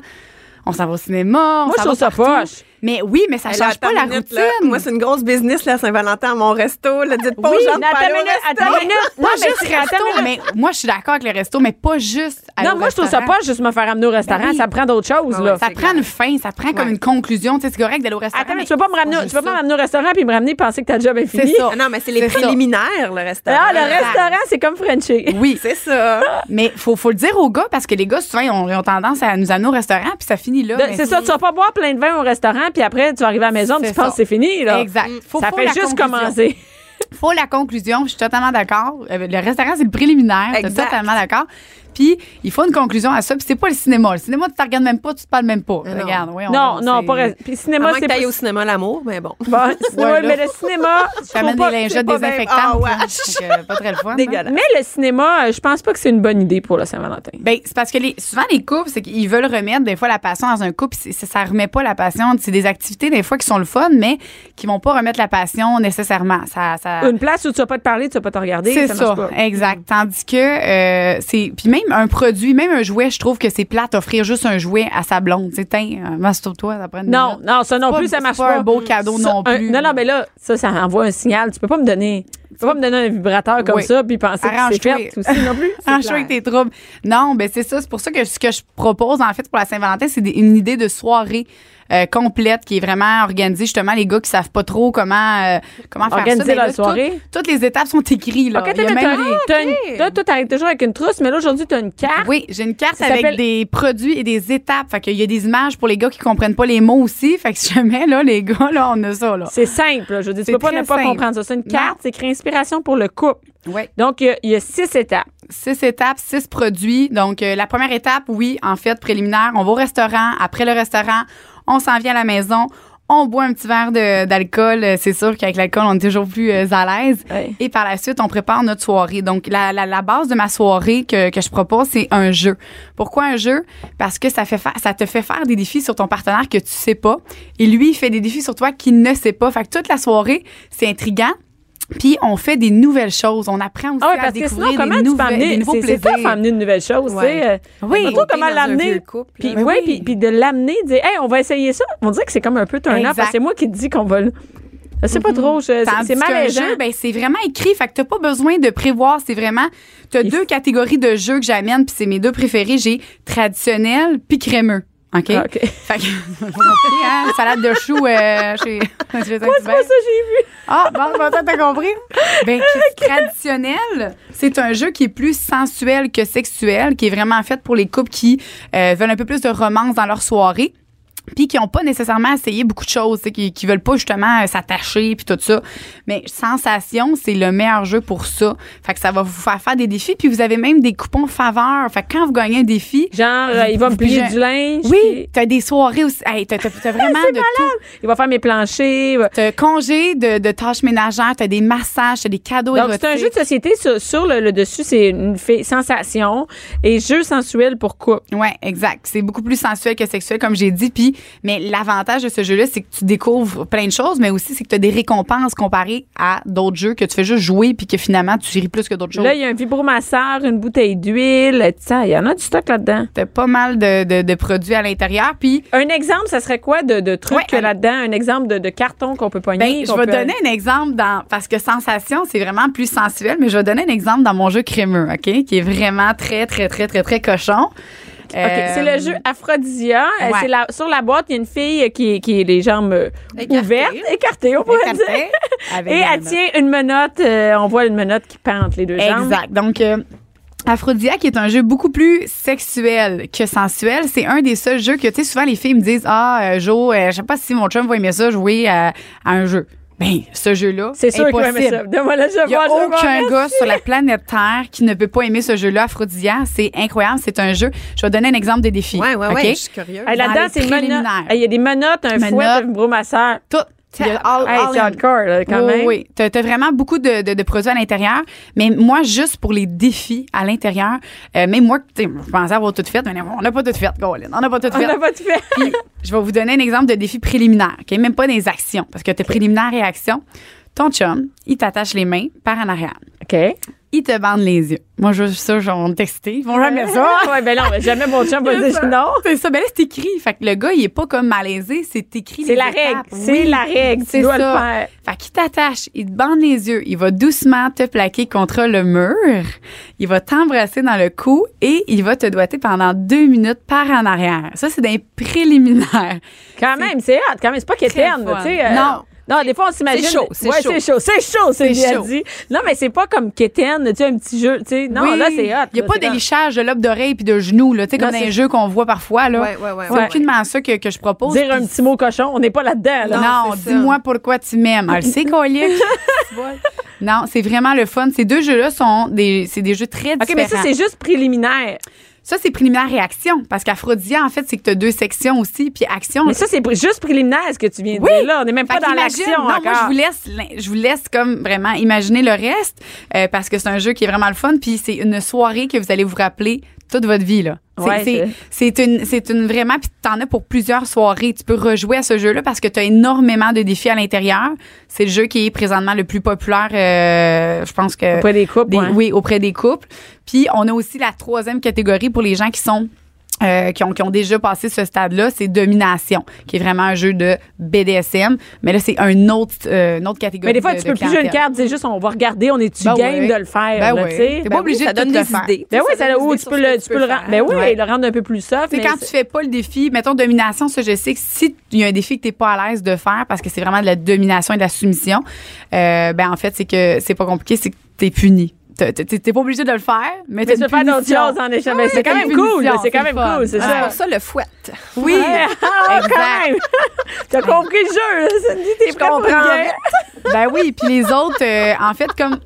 Speaker 6: on s'en va au cinéma. on
Speaker 3: Moi, je
Speaker 6: s'en va
Speaker 3: trouve ça
Speaker 6: partout.
Speaker 3: poche.
Speaker 6: Mais oui, mais ça
Speaker 5: Hey, là,
Speaker 6: change
Speaker 5: attends
Speaker 6: pas la
Speaker 5: une minute,
Speaker 6: routine.
Speaker 5: là. Moi, c'est une grosse business, la Saint-Valentin, à mon resto. Là, dites pas aux
Speaker 3: Oui,
Speaker 5: gens de
Speaker 3: mais attends
Speaker 5: pas aller
Speaker 3: une
Speaker 5: au
Speaker 3: minute,
Speaker 5: resto.
Speaker 3: attends une minute. Ah, Non,
Speaker 6: Pas
Speaker 3: mais
Speaker 6: juste
Speaker 3: c'est- attends
Speaker 6: resto,
Speaker 3: une
Speaker 6: mais moi je suis d'accord avec le resto, mais pas juste. aller
Speaker 3: Non,
Speaker 6: au
Speaker 3: moi, je trouve ça
Speaker 6: restaurant.
Speaker 3: pas juste me faire amener au restaurant.
Speaker 6: Ben oui.
Speaker 3: Ça prend d'autres choses,
Speaker 5: Ah
Speaker 3: là.
Speaker 5: ouais,
Speaker 6: Ça
Speaker 5: c'est
Speaker 6: prend
Speaker 5: clair.
Speaker 6: une fin, ça prend comme
Speaker 5: Ouais.
Speaker 6: une conclusion. Tu sais, c'est correct d'aller au restaurant.
Speaker 3: Attends, mais tu vas pas me ramener,
Speaker 6: c'est
Speaker 3: au- tu vas
Speaker 6: ça.
Speaker 3: pas m'amener au restaurant puis me ramener penser que ta job est
Speaker 6: C'est
Speaker 3: finie.
Speaker 6: ça.
Speaker 5: Ah Non, mais c'est les
Speaker 6: C'est ça.
Speaker 5: préliminaires, le restaurant.
Speaker 3: Ah, le restaurant, c'est comme Frenchie.
Speaker 6: Oui,
Speaker 5: C'est ça.
Speaker 6: mais faut, faut le dire aux gars parce que les gars, souvent, ils ont, ils ont tendance à nous amener au restaurant puis ça finit là.
Speaker 3: De-
Speaker 6: mais
Speaker 3: Ben, C'est ça, tu vas pas boire plein de vin au restaurant, puis après, tu vas arriver à la maison, puis
Speaker 6: C'est
Speaker 3: tu penses
Speaker 6: ça.
Speaker 3: que c'est fini, là.
Speaker 6: Exact. Faut-
Speaker 3: ça
Speaker 6: faut
Speaker 3: fait
Speaker 6: la
Speaker 3: juste
Speaker 6: conclusion.
Speaker 3: commencer.
Speaker 6: faut la conclusion. Je suis totalement d'accord. Euh, Le restaurant, c'est le préliminaire. T'es
Speaker 5: Exact.
Speaker 6: totalement d'accord. Puis, il faut une conclusion à ça. Puis, c'est pas le cinéma. Le cinéma, tu te regardes même pas, tu te parles même pas.
Speaker 5: Non.
Speaker 6: Regarde, oui, on-
Speaker 3: Non, non,
Speaker 6: c'est-
Speaker 3: pas. rest- Puis
Speaker 5: À
Speaker 3: cinéma,
Speaker 5: moins que
Speaker 3: c'est
Speaker 5: t'ailles
Speaker 3: pas.
Speaker 5: au cinéma l'amour, mais bon.
Speaker 3: Bon, cinéma,
Speaker 6: Ouais, là.
Speaker 3: mais le cinéma. je
Speaker 6: Tu amènes
Speaker 3: trouve
Speaker 6: des
Speaker 3: pas-
Speaker 6: lingettes
Speaker 5: pas bien-
Speaker 6: désinfectantes.
Speaker 5: Ah ouais.
Speaker 6: là. Fait que, pas très le fun. hein.
Speaker 5: Dégueulasse.
Speaker 3: Ah ben. Mais le cinéma, euh, je pense pas que c'est une bonne idée pour la Saint-Valentin.
Speaker 6: Ben, c'est parce que les, souvent, les couples, c'est qu'ils veulent remettre des fois la passion dans un couple. puis c'est- Ça remet pas la passion. C'est des activités, des fois, qui sont le fun, mais qui vont pas remettre la passion nécessairement. Ça, ça,
Speaker 3: Une place où tu vas pas te parler, tu vas pas te regarder,
Speaker 6: Ah. C'est
Speaker 3: ça,
Speaker 6: ça,
Speaker 3: marche pas. Mm.
Speaker 6: exact. Tandis que euh, c'est puis même un produit, même un jouet, je trouve que c'est plate offrir juste un jouet à sa blonde. Tu sais, tiens, euh, masturbe-toi, ça prend une
Speaker 3: Non,
Speaker 6: minute.
Speaker 3: non, ça non
Speaker 6: pas-
Speaker 3: plus, ça
Speaker 6: c'est
Speaker 3: marche
Speaker 6: pas
Speaker 3: pas.
Speaker 6: un beau cadeau
Speaker 3: Ça,
Speaker 6: non
Speaker 3: un-
Speaker 6: plus.
Speaker 3: non, non, mais là, ça, ça envoie un signal. Tu peux pas me donner, tu peux pas me donner un vibrateur comme
Speaker 6: Oui.
Speaker 3: ça puis penser que c'est
Speaker 6: Arrange-toi.
Speaker 3: fait aussi non plus.
Speaker 6: Arrange-toi avec tes troubles. Non, ben c'est ça. C'est pour ça que ce que je propose en fait pour la Saint-Valentin, c'est des- une idée de soirée euh, complète qui est vraiment organisée justement les gars qui savent pas trop comment euh, comment faire
Speaker 3: Organiser
Speaker 6: ça. Ben
Speaker 3: leur
Speaker 6: là, tout-
Speaker 3: soirée.
Speaker 6: toutes les étapes sont écrites là.
Speaker 3: Ok, Ah,
Speaker 6: Il y a
Speaker 3: t'as-
Speaker 6: même
Speaker 3: t'as-
Speaker 6: les-
Speaker 3: t'as une- là, toi, t'arrives toujours avec une trousse, mais là, aujourd'hui, t'as une carte.
Speaker 6: Ah. Oui, j'ai une carte
Speaker 3: Ça s'appelle-
Speaker 6: avec des produits et des étapes. Fait qu'il y a des images pour les gars qui comprennent pas les mots aussi. Fait que si jamais, là, les gars, là, on a ça, là.
Speaker 3: C'est simple, là. je veux dire, tu
Speaker 6: C'est
Speaker 3: peux pas
Speaker 6: très
Speaker 3: ne pas
Speaker 6: simple.
Speaker 3: comprendre ça. C'est une
Speaker 6: Non.
Speaker 3: carte, c'est écrit inspiration pour le couple.
Speaker 6: Oui.
Speaker 3: Donc, il y a- il y, a six étapes.
Speaker 6: Six étapes, six produits. Donc, euh, la première étape, oui, en fait, préliminaire, on va au restaurant. Après le restaurant, on s'en vient à la maison. on boit un petit verre de- d'alcool. Euh, C'est sûr qu'avec l'alcool, on est toujours plus euh, à l'aise.
Speaker 5: Ouais.
Speaker 6: Et par la suite, on prépare notre soirée. Donc, la, la- la base de ma soirée que, que je propose, c'est un jeu. Pourquoi un jeu? Parce que ça, fait fa- ça te fait faire des défis sur ton partenaire que tu sais pas. Et lui, il fait des défis sur toi qu'il ne sait pas. Fait que toute la soirée, c'est intriguant. Puis, on fait des nouvelles choses. On apprend aussi
Speaker 3: Ah ouais,
Speaker 6: à
Speaker 3: parce que
Speaker 6: découvrir
Speaker 3: sinon, comment tu
Speaker 6: des,
Speaker 3: peux
Speaker 6: nouvelles- des
Speaker 3: amener.
Speaker 6: nouveaux
Speaker 3: c'est- C'est
Speaker 6: plaisirs.
Speaker 3: toi qui amener une nouvelle chose,
Speaker 5: Ouais.
Speaker 3: tu sais. euh,
Speaker 6: Oui.
Speaker 3: mais toi, comment
Speaker 5: Dans un vieux
Speaker 3: l'amener.
Speaker 5: couple, là.
Speaker 3: Puis,
Speaker 6: Ben
Speaker 3: ouais,
Speaker 6: oui.
Speaker 3: puis, puis de l'amener, de dire, hey, on va essayer ça. On dirait que c'est comme un peu turn up.
Speaker 6: Exact. Mm-hmm.
Speaker 3: parce que C'est moi qui te dis qu'on va le. Je sais pas trop, je- c'est
Speaker 6: Tandis
Speaker 3: c'est
Speaker 6: qu'un
Speaker 3: malaisant.
Speaker 6: jeu, ben, c'est vraiment écrit. Fait que t'as pas besoin de prévoir. C'est vraiment, t'as
Speaker 3: Il
Speaker 6: deux catégories de jeux que j'amène, puis c'est mes deux préférés. J'ai traditionnel puis crémeux. OK?
Speaker 3: Ah, OK.
Speaker 6: Fait que, vous comprenez, hein? Salade de choux euh, chez. chez Saint-Hubert.
Speaker 3: Moi, ça, j'ai vu.
Speaker 6: Ah, bon, bon, toi, t'as compris? Ben, Chris, traditionnel, c'est un jeu qui est plus sensuel que sexuel, qui est vraiment fait pour les couples qui euh, veulent un peu plus de romance dans leur soirée. Puis qui n'ont pas nécessairement essayé beaucoup de choses, tu sais, qui, qui veulent pas justement euh, s'attacher puis tout ça. Mais sensation, c'est le meilleur jeu pour ça. Fait que ça va vous faire faire des défis. Puis vous avez même des coupons faveur. Fait que quand vous gagnez un défi,
Speaker 3: Genre, euh, il va me plier
Speaker 6: Puis Ah, je-
Speaker 3: du linge.
Speaker 6: oui,
Speaker 3: puis
Speaker 6: t'as des soirées aussi. Hey, t'as, t'as- t'as vraiment de tout.
Speaker 3: Il va faire mes planchers.
Speaker 6: T'as congé de, de tâches ménagères, t'as des massages, t'as des cadeaux
Speaker 3: Donc, c'est un
Speaker 6: érotiques.
Speaker 3: jeu de société. Sur, sur le, le dessus, c'est une fée- sensation et jeu sensuel pour couple.
Speaker 6: Ouais, exact. C'est beaucoup plus sensuel que sexuel, comme j'ai dit. Puis, mais l'avantage de ce jeu-là, c'est que tu découvres plein de choses, mais aussi c'est que tu as des récompenses comparées à d'autres jeux que tu fais juste jouer, puis que finalement tu ris plus que d'autres choses.
Speaker 3: Là, il y a un vibromasseur, une bouteille d'huile. Tiens, il y en a du stock là-dedans.
Speaker 6: T'as pas mal de, de- de produits à l'intérieur. Puis,
Speaker 3: Un exemple, ça serait quoi de, de truc
Speaker 6: Ouais,
Speaker 3: que
Speaker 6: allez.
Speaker 3: là-dedans? Un exemple de, de carton qu'on peut pogner?
Speaker 6: ben, je
Speaker 3: qu'on
Speaker 6: vais
Speaker 3: peut-
Speaker 6: donner un exemple dans parce que sensation, c'est vraiment plus sensuel, mais je vais donner un exemple dans mon jeu crémeux, ok, qui est vraiment très très très très très cochon.
Speaker 3: OK, c'est le jeu Aphrodisia. Euh,
Speaker 6: euh, ouais.
Speaker 3: C'est la- sur la boîte, il y a une fille qui, qui a les jambes euh,
Speaker 5: Écartée.
Speaker 3: ouvertes, écartées, on pourrait dire. Et elle tient une menotte. euh, on voit une menotte qui pend entre les deux jambes.
Speaker 6: Exact. Donc, euh, Aphrodisiaque est un jeu beaucoup plus sexuel que sensuel. C'est un des seuls jeux que, tu sais, souvent les filles me disent Ah, euh, Jo, euh, je sais pas si mon chum va aimer ça jouer à, à un jeu. Ben, ce jeu-là,
Speaker 3: C'est sûr qu'il va aimer ça.
Speaker 6: impossible.
Speaker 3: Donne-moi le jeu.
Speaker 6: Il n'y a
Speaker 3: voir, je vais voir.
Speaker 6: aucun gars sur la planète Terre qui ne peut pas aimer ce jeu-là, Aphrodisiaque. C'est incroyable. C'est un jeu. Je vais donner un exemple des défis.
Speaker 5: Ouais, ouais,
Speaker 6: OK?
Speaker 5: ouais, je suis curieuse.
Speaker 3: Hey,
Speaker 6: Dans
Speaker 3: là-dedans,
Speaker 6: les
Speaker 3: c'est menottes.
Speaker 6: préliminaires.
Speaker 3: Hey, Il y a des menottes, un fouet,
Speaker 6: Menottes.
Speaker 3: un vibromasseur.
Speaker 6: Tout. Il y a all-
Speaker 3: Hey,
Speaker 6: all
Speaker 3: c'est
Speaker 6: in.
Speaker 3: hardcore, là, quand
Speaker 6: oui,
Speaker 3: même.
Speaker 6: Oui, t'as t'as vraiment beaucoup de, de- de produits à l'intérieur. Mais moi, juste pour les défis à l'intérieur, euh, même moi, tu sais, je pensais avoir tout fait, mais non, on n'a pas tout fait, Colin. On n'a pas tout
Speaker 3: On
Speaker 6: fait.
Speaker 3: n'a pas tout fait.
Speaker 6: Puis, je vais vous donner un exemple de défi préliminaire, OK? Même pas des actions, parce que t'as préliminaire et action. Ton chum, il t'attache les mains par en arrière.
Speaker 3: OK.
Speaker 6: Il te bande les yeux. Moi, je suis sûre, genre, on va texter. Ils vont jamais ça.
Speaker 3: ouais, ben non, jamais mon chum va
Speaker 6: C'est
Speaker 3: dire
Speaker 6: ça.
Speaker 3: non.
Speaker 6: C'est ça. Ben là, c'est écrit. Fait que le gars, il est pas comme malaisé. C'est écrit.
Speaker 3: C'est
Speaker 6: les
Speaker 3: la
Speaker 6: étapes.
Speaker 3: règle. C'est
Speaker 6: Oui.
Speaker 3: la règle. Tu
Speaker 6: C'est
Speaker 3: dois
Speaker 6: ça.
Speaker 3: le faire.
Speaker 6: Fait qu'il t'attache, il te bande les yeux, il va doucement te plaquer contre le mur, il va t'embrasser dans le cou et il va te doiter pendant deux minutes par en arrière. Ça, c'est des préliminaires.
Speaker 3: Quand même, c'est hot. Quand même, c'est pas qu'éterne,
Speaker 6: fun.
Speaker 3: tu sais. euh,
Speaker 6: Non.
Speaker 3: Non, des fois, on s'imagine.
Speaker 5: C'est chaud, c'est
Speaker 3: ouais,
Speaker 5: chaud.
Speaker 3: c'est chaud. C'est chaud, c'est
Speaker 6: C'est
Speaker 3: bien
Speaker 6: chaud.
Speaker 3: dit. Non, mais c'est pas comme qu'éterne, tu sais, un petit jeu, tu sais. Non, là, c'est hot.
Speaker 6: Il n'y a
Speaker 3: là,
Speaker 6: pas
Speaker 3: c'est comme-
Speaker 6: d'élichage de lobe d'oreille puis de genou, là, tu sais,
Speaker 3: Non,
Speaker 6: comme dans
Speaker 3: c'est-
Speaker 6: les jeux qu'on voit parfois, là.
Speaker 5: Ouais, ouais, ouais,
Speaker 6: c'est
Speaker 5: ouais.
Speaker 6: aucunement ça que, que je propose.
Speaker 3: Dire
Speaker 6: Puis
Speaker 3: un petit mot cochon, on n'est pas là-dedans, là.
Speaker 5: Non,
Speaker 6: Non,
Speaker 5: c'est ça.
Speaker 6: dis-moi pourquoi tu m'aimes. Ah, Elle sait qu'on lit. Non, c'est vraiment le fun. Ces deux jeux-là sont des, c'est des jeux très différents.
Speaker 3: OK, mais ça, c'est juste préliminaire.
Speaker 6: Ça, c'est préliminaire et action. Parce qu'Aphrodisia, en fait, c'est que tu as deux sections aussi. Puis action.
Speaker 3: Mais ça, c'est pr- juste préliminaire, ce que tu viens de
Speaker 6: Oui.
Speaker 3: dire, là. On n'est même
Speaker 6: Fait
Speaker 3: pas dans
Speaker 6: qu'imagine-
Speaker 3: l'action
Speaker 6: non, moi, je
Speaker 3: encore.
Speaker 6: vous laisse, l'in- je vous laisse comme vraiment imaginer le reste euh, parce que c'est un jeu qui est vraiment le fun. Puis c'est une soirée que vous allez vous rappeler toute votre vie, là. C'est-
Speaker 3: Ouais,
Speaker 6: c'est- c'est une, c'est une vraiment, puis t'en as pour plusieurs soirées. Tu peux rejouer à ce jeu-là parce que t'as énormément de défis à l'intérieur. C'est le jeu qui est présentement le plus populaire, euh, je pense que.
Speaker 3: Auprès des couples, ouais.
Speaker 6: Oui, auprès des couples. Puis on a aussi la troisième catégorie pour les gens qui sont euh, qui, ont, qui ont déjà passé ce stade-là, c'est domination, qui est vraiment un jeu de BDSM. Mais là, c'est un autre, euh, une autre catégorie.
Speaker 3: Mais des fois,
Speaker 6: de-
Speaker 3: tu
Speaker 6: de
Speaker 3: peux plus jouer une
Speaker 6: clientèle.
Speaker 3: carte, c'est juste, on va regarder, on est-tu
Speaker 6: Ben
Speaker 3: game
Speaker 6: ouais.
Speaker 3: de le faire,
Speaker 6: Ben
Speaker 3: là,
Speaker 6: ouais.
Speaker 3: tu sais.
Speaker 6: T'es
Speaker 3: Ben
Speaker 6: pas
Speaker 3: oui.
Speaker 6: obligé
Speaker 5: ça
Speaker 6: de
Speaker 5: donne
Speaker 6: tout
Speaker 5: des
Speaker 6: le faire.
Speaker 5: idées.
Speaker 3: Ben oui,
Speaker 5: Ça
Speaker 3: ça,
Speaker 5: donne des
Speaker 3: ou
Speaker 5: idées
Speaker 3: tu
Speaker 5: sur
Speaker 3: peux
Speaker 5: ce
Speaker 3: le,
Speaker 5: que
Speaker 3: tu
Speaker 5: tu
Speaker 3: peux
Speaker 5: peux
Speaker 3: le rendre,
Speaker 5: faire.
Speaker 3: ben oui,
Speaker 6: Ouais.
Speaker 3: le rendre un peu plus soft.
Speaker 6: C'est
Speaker 3: mais
Speaker 6: quand tu fais pas le défi, mettons domination, ça je sais que si il y a un défi que t'es pas à l'aise de faire parce que c'est vraiment de la domination et de la soumission, euh, ben en fait c'est que c'est pas compliqué, c'est que t'es puni. T'es t'es- t'es pas obligé de le faire,
Speaker 3: Mais
Speaker 6: mais, t'as
Speaker 3: tu
Speaker 6: une
Speaker 3: peux faire d'autres
Speaker 6: punition.
Speaker 3: choses en échange. Ben,
Speaker 6: Ouais,
Speaker 3: c'est quand
Speaker 6: t'as
Speaker 3: même
Speaker 6: une
Speaker 3: cool, là,
Speaker 6: punition,
Speaker 3: c'est quand même
Speaker 6: le fun.
Speaker 3: coouette, c'est
Speaker 6: Ouais.
Speaker 5: C'est
Speaker 3: ça.
Speaker 5: pour Ah, ça le fouette.
Speaker 6: Oui,
Speaker 3: Ah,
Speaker 6: exact.
Speaker 3: quand même! T'as compris le jeu, là, Cindy, t'es prête pour le
Speaker 5: comprends.
Speaker 3: game.
Speaker 6: Ben oui, puis les autres, euh, en fait, comme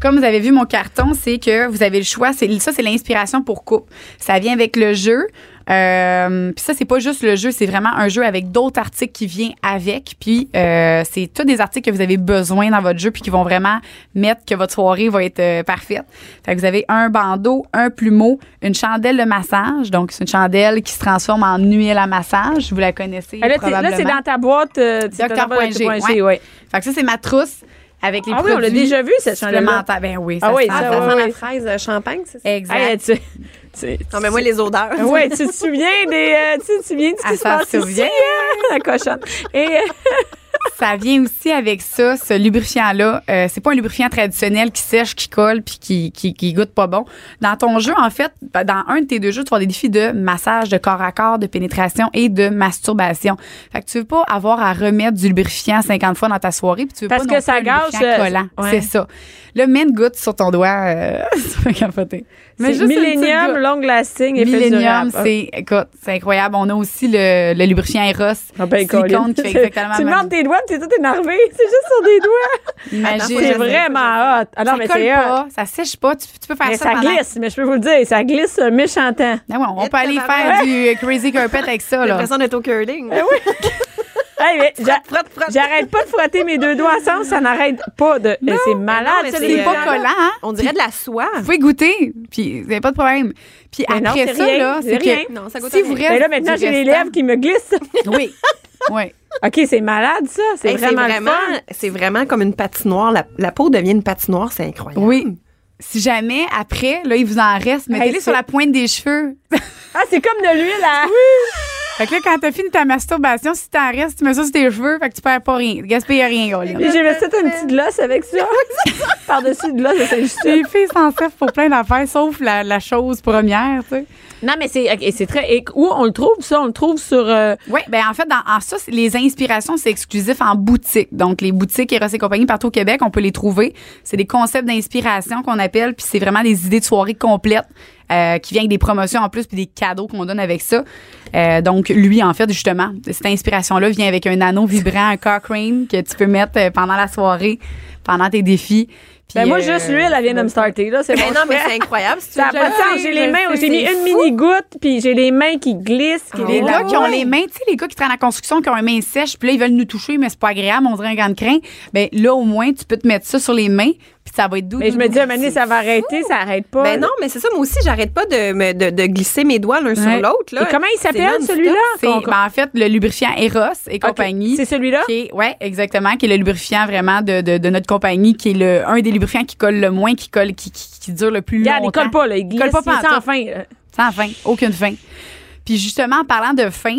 Speaker 6: comme vous avez vu mon carton, c'est que vous avez le choix. C'est ça, c'est l'inspiration pour couple. Ça vient avec le jeu. Euh, Euh, puis ça, c'est pas juste le jeu, c'est vraiment un jeu avec d'autres articles qui vient avec. Puis euh, c'est tous des articles que vous avez besoin dans votre jeu puis qui vont vraiment mettre que votre soirée va être euh, parfaite. Fait que vous avez un bandeau, un plumeau, une chandelle de massage. Donc, c'est une chandelle qui se transforme en huile à massage. Vous la connaissez
Speaker 3: Ah, là, c'est-
Speaker 6: probablement.
Speaker 3: là, c'est dans ta boîte. euh, c'est dans ta boîte
Speaker 6: Dr.G,
Speaker 3: Dr.G,
Speaker 6: ouais.
Speaker 3: ouais.
Speaker 6: Fait que ça, c'est ma trousse avec les
Speaker 3: Ah oui, on
Speaker 6: produits
Speaker 3: l'a déjà vu, cette chandelle-là.
Speaker 6: supplémentaires. Ben oui, ça
Speaker 3: Ah oui, Eh,
Speaker 6: sent-
Speaker 3: ça,
Speaker 5: Ah,
Speaker 6: ça
Speaker 5: ça
Speaker 3: ouais,
Speaker 5: sent
Speaker 3: ouais.
Speaker 5: la fraise euh, champagne, c'est ça?
Speaker 6: sent- Exact.
Speaker 3: Hey, tu, tu-
Speaker 5: Non, mais moi, les odeurs.
Speaker 3: Ouais, tu te souviens des. euh, tu te souviens de ce
Speaker 6: Elle
Speaker 3: qui se
Speaker 6: s'en
Speaker 3: passe ici,
Speaker 6: souvient.
Speaker 3: hein, la cochonne. Et, euh,
Speaker 6: ça vient aussi avec ça, ce lubrifiant-là. Euh, c'est pas un lubrifiant traditionnel qui sèche, qui colle, puis qui, qui, qui goûte pas bon. Dans ton jeu, en fait, ben, dans un de tes deux jeux, tu vas avoir des défis de massage, de corps à corps, de pénétration et de masturbation. Fait que tu veux pas avoir à remettre du lubrifiant 50 fois dans ta soirée, puis tu veux
Speaker 3: Parce
Speaker 6: pas
Speaker 3: que
Speaker 6: non
Speaker 3: ça
Speaker 6: plus un
Speaker 3: gâche,
Speaker 6: lubrifiant
Speaker 3: euh,
Speaker 6: collant.
Speaker 3: ouais.
Speaker 6: C'est ça. Le mène goutte sur ton doigt, euh, ça fait capoter.
Speaker 3: mais
Speaker 6: C'est juste une petite
Speaker 3: Millennium,
Speaker 6: goutte.
Speaker 3: long lasting, effet
Speaker 6: Millennium,
Speaker 3: durable.
Speaker 6: c'est écoute, c'est incroyable. On a aussi le, le lubrifiant Eros,
Speaker 3: Ah ben, Colin.
Speaker 6: silicone qui fait exactement la
Speaker 3: Tu
Speaker 6: même Ah,
Speaker 3: demandes tes doigts, t'es tout énervé. C'est juste sur des doigts.
Speaker 6: Imagine.
Speaker 3: C'est vraiment hot. Ah non,
Speaker 6: ça
Speaker 3: mais
Speaker 6: colle
Speaker 3: c'est hot.
Speaker 6: pas, ça sèche pas. Tu, tu peux faire
Speaker 3: Mais
Speaker 6: ça,
Speaker 3: ça
Speaker 6: pendant-
Speaker 3: glisse, mais je peux vous le dire, ça glisse un méchant temps.
Speaker 6: Ah ouais, on
Speaker 5: Vite,
Speaker 6: peut aller
Speaker 5: tabarnak.
Speaker 6: faire du euh, crazy carpet avec ça
Speaker 5: J'ai
Speaker 6: là.
Speaker 5: l'impression d'être au curling.
Speaker 3: Hey, mais j'a-
Speaker 5: Frotte, frotte.
Speaker 3: Eh J'arrête pas de frotter mes deux doigts ensemble, ça n'arrête pas de. Mais c'est malade,
Speaker 5: mais
Speaker 3: ça,
Speaker 5: c'est
Speaker 3: les-
Speaker 6: C'est pas
Speaker 5: euh,
Speaker 6: collant. Hein?
Speaker 5: On dirait de la soie.
Speaker 6: Vous pouvez goûter, puis vous avez pas de problème. Puis
Speaker 3: Mais non,
Speaker 6: après
Speaker 3: c'est
Speaker 6: ça
Speaker 3: rien,
Speaker 6: là,
Speaker 3: c'est
Speaker 6: c'est
Speaker 3: rien.
Speaker 6: que
Speaker 5: Non, ça goûte
Speaker 6: si
Speaker 5: à
Speaker 6: vous
Speaker 5: rien.
Speaker 6: restez
Speaker 3: Mais là, maintenant,
Speaker 6: du
Speaker 3: j'ai les
Speaker 6: restant-
Speaker 3: lèvres qui me glissent.
Speaker 6: Oui, oui.
Speaker 3: OK, c'est malade, ça. C'est
Speaker 5: Hey,
Speaker 3: vraiment, le fun.
Speaker 5: c'est vraiment comme une patinoire. La, la peau devient une patinoire, c'est incroyable.
Speaker 6: Oui. Si jamais, après, là, il vous en reste, mettez-les
Speaker 3: c'est-
Speaker 6: sur la pointe des cheveux.
Speaker 3: Ah, c'est comme de l'huile à.
Speaker 6: fait que là, quand t'as fini ta masturbation, si t'en restes, tu mets ça sur tes cheveux, fait que tu perds pas rien. Gaspille rien, Colin.
Speaker 3: Puis J'ai mis ça une petite gloss avec ça. Par-dessus de gloss, ça juste.
Speaker 6: Les filles s'en servent pour plein d'affaires, sauf la, la chose première, tu sais.
Speaker 3: Non, mais c'est ok, c'est très. et où on le trouve, ça? On le trouve sur. euh,
Speaker 6: Oui, ben en fait, dans, en ça, c'est- les inspirations, c'est exclusif en boutique. Donc, les boutiques Eros et compagnie partout au Québec, on peut les trouver. C'est des concepts d'inspiration qu'on appelle, puis c'est vraiment des idées de soirée complètes euh, qui viennent avec des promotions en plus, puis des cadeaux qu'on donne avec ça. Euh, donc, lui, en fait, justement, cette inspiration-là vient avec un anneau vibrant, un cock ring que tu peux mettre euh, pendant la soirée, pendant tes défis. Puis,
Speaker 3: Ben, moi,
Speaker 6: euh,
Speaker 3: juste l'huile, elle vient de me starter, là. C'est
Speaker 5: Mais
Speaker 3: bon,
Speaker 5: non,
Speaker 3: je
Speaker 5: mais
Speaker 3: fais.
Speaker 5: c'est incroyable. Si tu
Speaker 3: Ça
Speaker 5: veux,
Speaker 3: n'a pas
Speaker 5: je
Speaker 3: de
Speaker 5: le
Speaker 3: sens.
Speaker 5: sais,
Speaker 3: J'ai
Speaker 5: je
Speaker 3: les
Speaker 5: le
Speaker 3: mains,
Speaker 5: sais,
Speaker 3: j'ai mis
Speaker 5: c'est
Speaker 3: une
Speaker 5: fou.
Speaker 3: mini goutte, puis j'ai les mains qui glissent. Qui
Speaker 6: Les
Speaker 5: Ah
Speaker 6: gars
Speaker 5: ouais.
Speaker 6: qui ont les mains, tu sais, les gars qui travaillent en construction, qui ont les mains sèches, puis là, ils veulent nous toucher, mais c'est pas agréable, on dirait un gant de crin. Ben là, au moins, tu peux te mettre ça sur les mains, puis ça va être doux.
Speaker 3: Mais
Speaker 6: doux,
Speaker 3: Ben, je me
Speaker 6: doux.
Speaker 3: dis, à un moment donné, ça va arrêter, ça arrête pas.
Speaker 5: Ben non, mais c'est ça, moi aussi, j'arrête pas de, me- de, de glisser mes doigts l'un
Speaker 6: Ouais.
Speaker 5: sur l'autre. là.
Speaker 3: Et comment il
Speaker 5: C'est
Speaker 3: s'appelle,
Speaker 5: non-stop.
Speaker 3: celui-là?
Speaker 6: C'est,
Speaker 3: Qu'on-
Speaker 6: ben, en fait, le lubrifiant Eros et
Speaker 3: OK.
Speaker 6: compagnie.
Speaker 3: C'est celui-là?
Speaker 6: Qui est- ouais, exactement, qui est le lubrifiant vraiment de, de, de notre compagnie, qui est le, un des lubrifiants qui colle le moins, qui colle, qui, qui, qui dure le plus
Speaker 3: Regarde, il
Speaker 6: longtemps.
Speaker 3: colle pas, là. Il glisse,
Speaker 6: colle pas
Speaker 3: il est euh,
Speaker 6: pantoute.
Speaker 3: sans fin. là.
Speaker 6: Sans fin, aucune fin. Puis justement, en parlant de fin,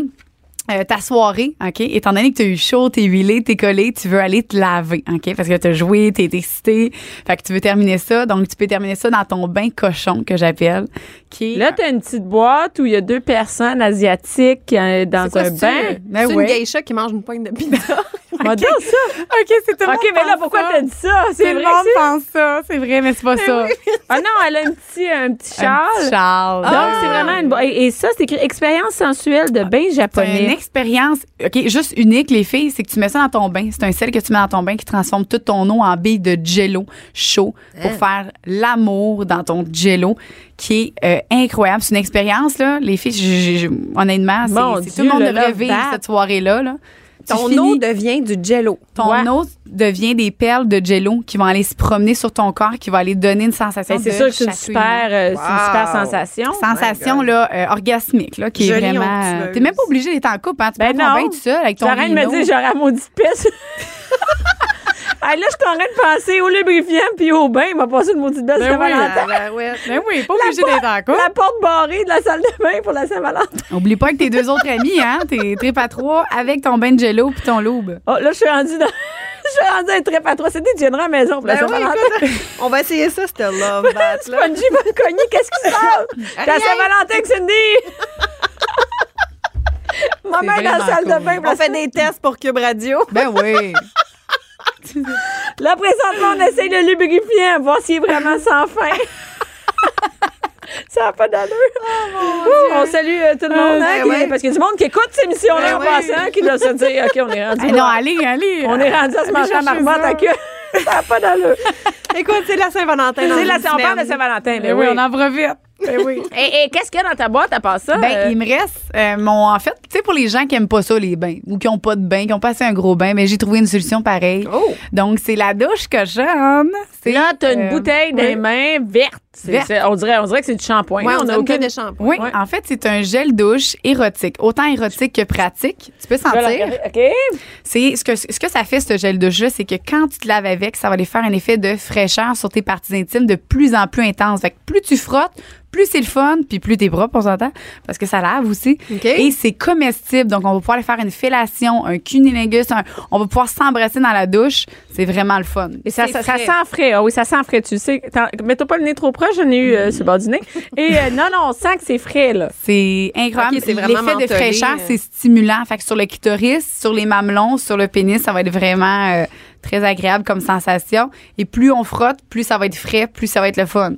Speaker 6: euh, ta soirée, OK, étant donné que tu as eu chaud, t'es huilé, t'es collé, tu veux aller te laver, OK, parce que t'as joué, t'es excité, fait que tu veux terminer ça, donc tu peux terminer ça dans ton bain cochon que j'appelle, qui est...
Speaker 3: Là, t'as une petite boîte où il y a deux personnes asiatiques euh, dans
Speaker 5: C'est quoi,
Speaker 3: un
Speaker 5: c'est
Speaker 3: bain.
Speaker 5: une-
Speaker 6: Ah, Ben
Speaker 5: C'est
Speaker 6: ouais.
Speaker 5: une geisha qui mange une pointe de pizza.
Speaker 3: M'a dit ça.
Speaker 6: OK, c'est tout le
Speaker 3: OK,
Speaker 6: monde
Speaker 3: mais là,
Speaker 6: pense
Speaker 3: pourquoi
Speaker 6: ça.
Speaker 3: t'as dit ça?
Speaker 6: Tout
Speaker 3: C'est
Speaker 6: le
Speaker 3: vrai
Speaker 6: monde
Speaker 3: que c'est-
Speaker 6: pense ça, c'est vrai, mais c'est pas ça.
Speaker 3: Ah non, elle a un petit, un petit
Speaker 6: Un petit
Speaker 3: châle.
Speaker 6: Charles. Ah!
Speaker 3: Donc, c'est vraiment une bo- Et, et ça, c'est écrit expérience sensuelle de bain
Speaker 6: C'est une
Speaker 3: japonais.
Speaker 6: expérience, OK, juste unique, les filles, c'est que tu mets ça dans ton bain. C'est un sel que tu mets dans ton bain qui transforme tout ton eau en billes de jello chaud pour
Speaker 3: Eh.
Speaker 6: faire l'amour dans ton jello qui est euh, incroyable. C'est une expérience, là. Les filles, j'ai- j'ai- j'ai- honnêtement, c'est,
Speaker 3: Mon
Speaker 6: c'est-
Speaker 3: Dieu,
Speaker 6: tout le monde
Speaker 3: le
Speaker 6: devrait
Speaker 3: love
Speaker 6: vivre
Speaker 3: that.
Speaker 6: cette soirée-là. Là. Tu
Speaker 5: Ton
Speaker 6: finis-
Speaker 5: eau devient du jello.
Speaker 6: ton
Speaker 3: Ouais.
Speaker 6: eau devient des perles de jello qui vont aller se promener sur ton corps, qui vont aller donner une sensation
Speaker 3: Ben, c'est
Speaker 6: de
Speaker 3: sûr que c'est une
Speaker 6: chatouillement.
Speaker 3: super, euh, c'est une super sensation.
Speaker 6: sensation là, euh, orgasmique là, qui est
Speaker 5: Jolie
Speaker 6: vraiment. euh,
Speaker 5: onctueuse.
Speaker 6: T'es même pas obligé d'être en couple, hein. Tu
Speaker 3: Ben
Speaker 6: peux prendre
Speaker 3: non.
Speaker 6: ton bain tout seul avec
Speaker 3: T'es
Speaker 6: ton
Speaker 3: en train de me
Speaker 6: lino.
Speaker 3: dire, j'aurais un maudit pisse. Ah, là, je suis en train de penser au lubrifiant puis au bain. Il m'a passé le maudit pisse
Speaker 6: Ben
Speaker 3: de
Speaker 6: oui,
Speaker 3: Valentin.
Speaker 6: Ben oui, pas obligé d'être en couple.
Speaker 3: La porte barrée de la salle de bain pour la Saint-Valentin.
Speaker 6: Oublie pas que tes deux autres amis, hein, t'es trip à trois avec ton bain de jello puis ton loube.
Speaker 3: Oh, là, je suis rendue dans. Je suis rendue à un trip à trois. C'était tu viendras à la maison pour la
Speaker 5: Ben oui,
Speaker 3: Saint-Valentin.
Speaker 5: écoute, on va essayer ça, c'était love bat. là.
Speaker 3: Spongy va me cogner. Qu'est-ce qui se passe? T'as la Saint-Valentin, Cindy! Maman est dans la
Speaker 6: vraiment
Speaker 3: salle de
Speaker 6: cool.
Speaker 3: bain. pour
Speaker 5: On
Speaker 3: la-
Speaker 5: fait des tests pour Cube Radio.
Speaker 6: Ben oui.
Speaker 3: Là, présentement, on essaye le lubrifiant, hein, voir s'il est vraiment sans fin. Ça n'a pas d'allure.
Speaker 5: Oh,
Speaker 3: Ouh, on salue euh, tout le monde, hein,
Speaker 5: ben
Speaker 3: qui-
Speaker 5: ouais.
Speaker 3: parce qu'il y a du monde qui écoute cette émission-là en
Speaker 5: Ben oui.
Speaker 3: passant, qui doit se dire OK, on est rendu.
Speaker 6: Eh non, allez, allez.
Speaker 3: on est rendu à se manger à
Speaker 6: chercher
Speaker 3: marmotte
Speaker 6: ça.
Speaker 3: à queue. Ça n'a pas d'allure.
Speaker 5: Écoute, c'est la Saint-Valentin. dans
Speaker 3: C'est la on
Speaker 5: une
Speaker 3: parle
Speaker 5: semaine.
Speaker 3: de Saint-Valentin, mais
Speaker 6: Ben Eh oui, on en profite.
Speaker 3: Et, et qu'est-ce qu'il y a dans ta boîte à part ça?
Speaker 6: Ben,
Speaker 3: Euh,
Speaker 6: il me reste euh, mon. En fait, tu sais, pour les gens qui aiment pas ça, les bains, ou qui ont pas de bain, qui ont passé un gros bain, mais j'ai trouvé une solution pareille.
Speaker 3: Oh!
Speaker 6: Donc, c'est la douche cochonne. C'est,
Speaker 3: Là, t'as une
Speaker 6: euh,
Speaker 3: bouteille dans les
Speaker 6: oui.
Speaker 3: mains verte. C'est-
Speaker 6: Verte.
Speaker 3: c'est- on, dirait, on dirait que c'est du shampoing.
Speaker 5: Ouais,
Speaker 3: Là,
Speaker 5: on
Speaker 3: a
Speaker 5: a aucune de shampoing.
Speaker 6: Oui,
Speaker 3: Ouais.
Speaker 6: en fait, c'est un gel douche érotique. Autant érotique que pratique. Tu peux
Speaker 3: Je vais la
Speaker 6: sentir.
Speaker 3: regarder. OK.
Speaker 6: C'est ce que, ce que ça fait, ce gel douche-là, c'est que quand tu te laves avec, ça va aller faire un effet de fraîcheur sur tes parties intimes de plus en plus intense. Fait que plus tu frottes, plus c'est le fun, puis plus t'es propre, on s'entend, parce que ça lave aussi.
Speaker 5: OK.
Speaker 6: Et c'est comestible, donc on va pouvoir aller faire une fellation, un cunilingus, un- on va pouvoir s'embrasser dans la douche. C'est vraiment le fun.
Speaker 3: Et ça,
Speaker 5: C'est
Speaker 3: ça, ça
Speaker 5: frais.
Speaker 3: sent frais. Ah oui, ça sent frais. Tu sais, t'en- mets-toi pas le nez trop proche. J'en ai eu euh, sur le bord du nez. Et euh, non, non, on sent que c'est frais, là.
Speaker 6: C'est incroyable.
Speaker 5: Ok, c'est vraiment
Speaker 6: L'effet de
Speaker 5: mentholé,
Speaker 6: fraîcheur,
Speaker 5: euh.
Speaker 6: c'est stimulant. Fait que sur le clitoris, sur les mamelons, sur le pénis, ça va être vraiment euh, très agréable comme sensation. Et plus on frotte, plus ça va être frais, plus ça va être le fun.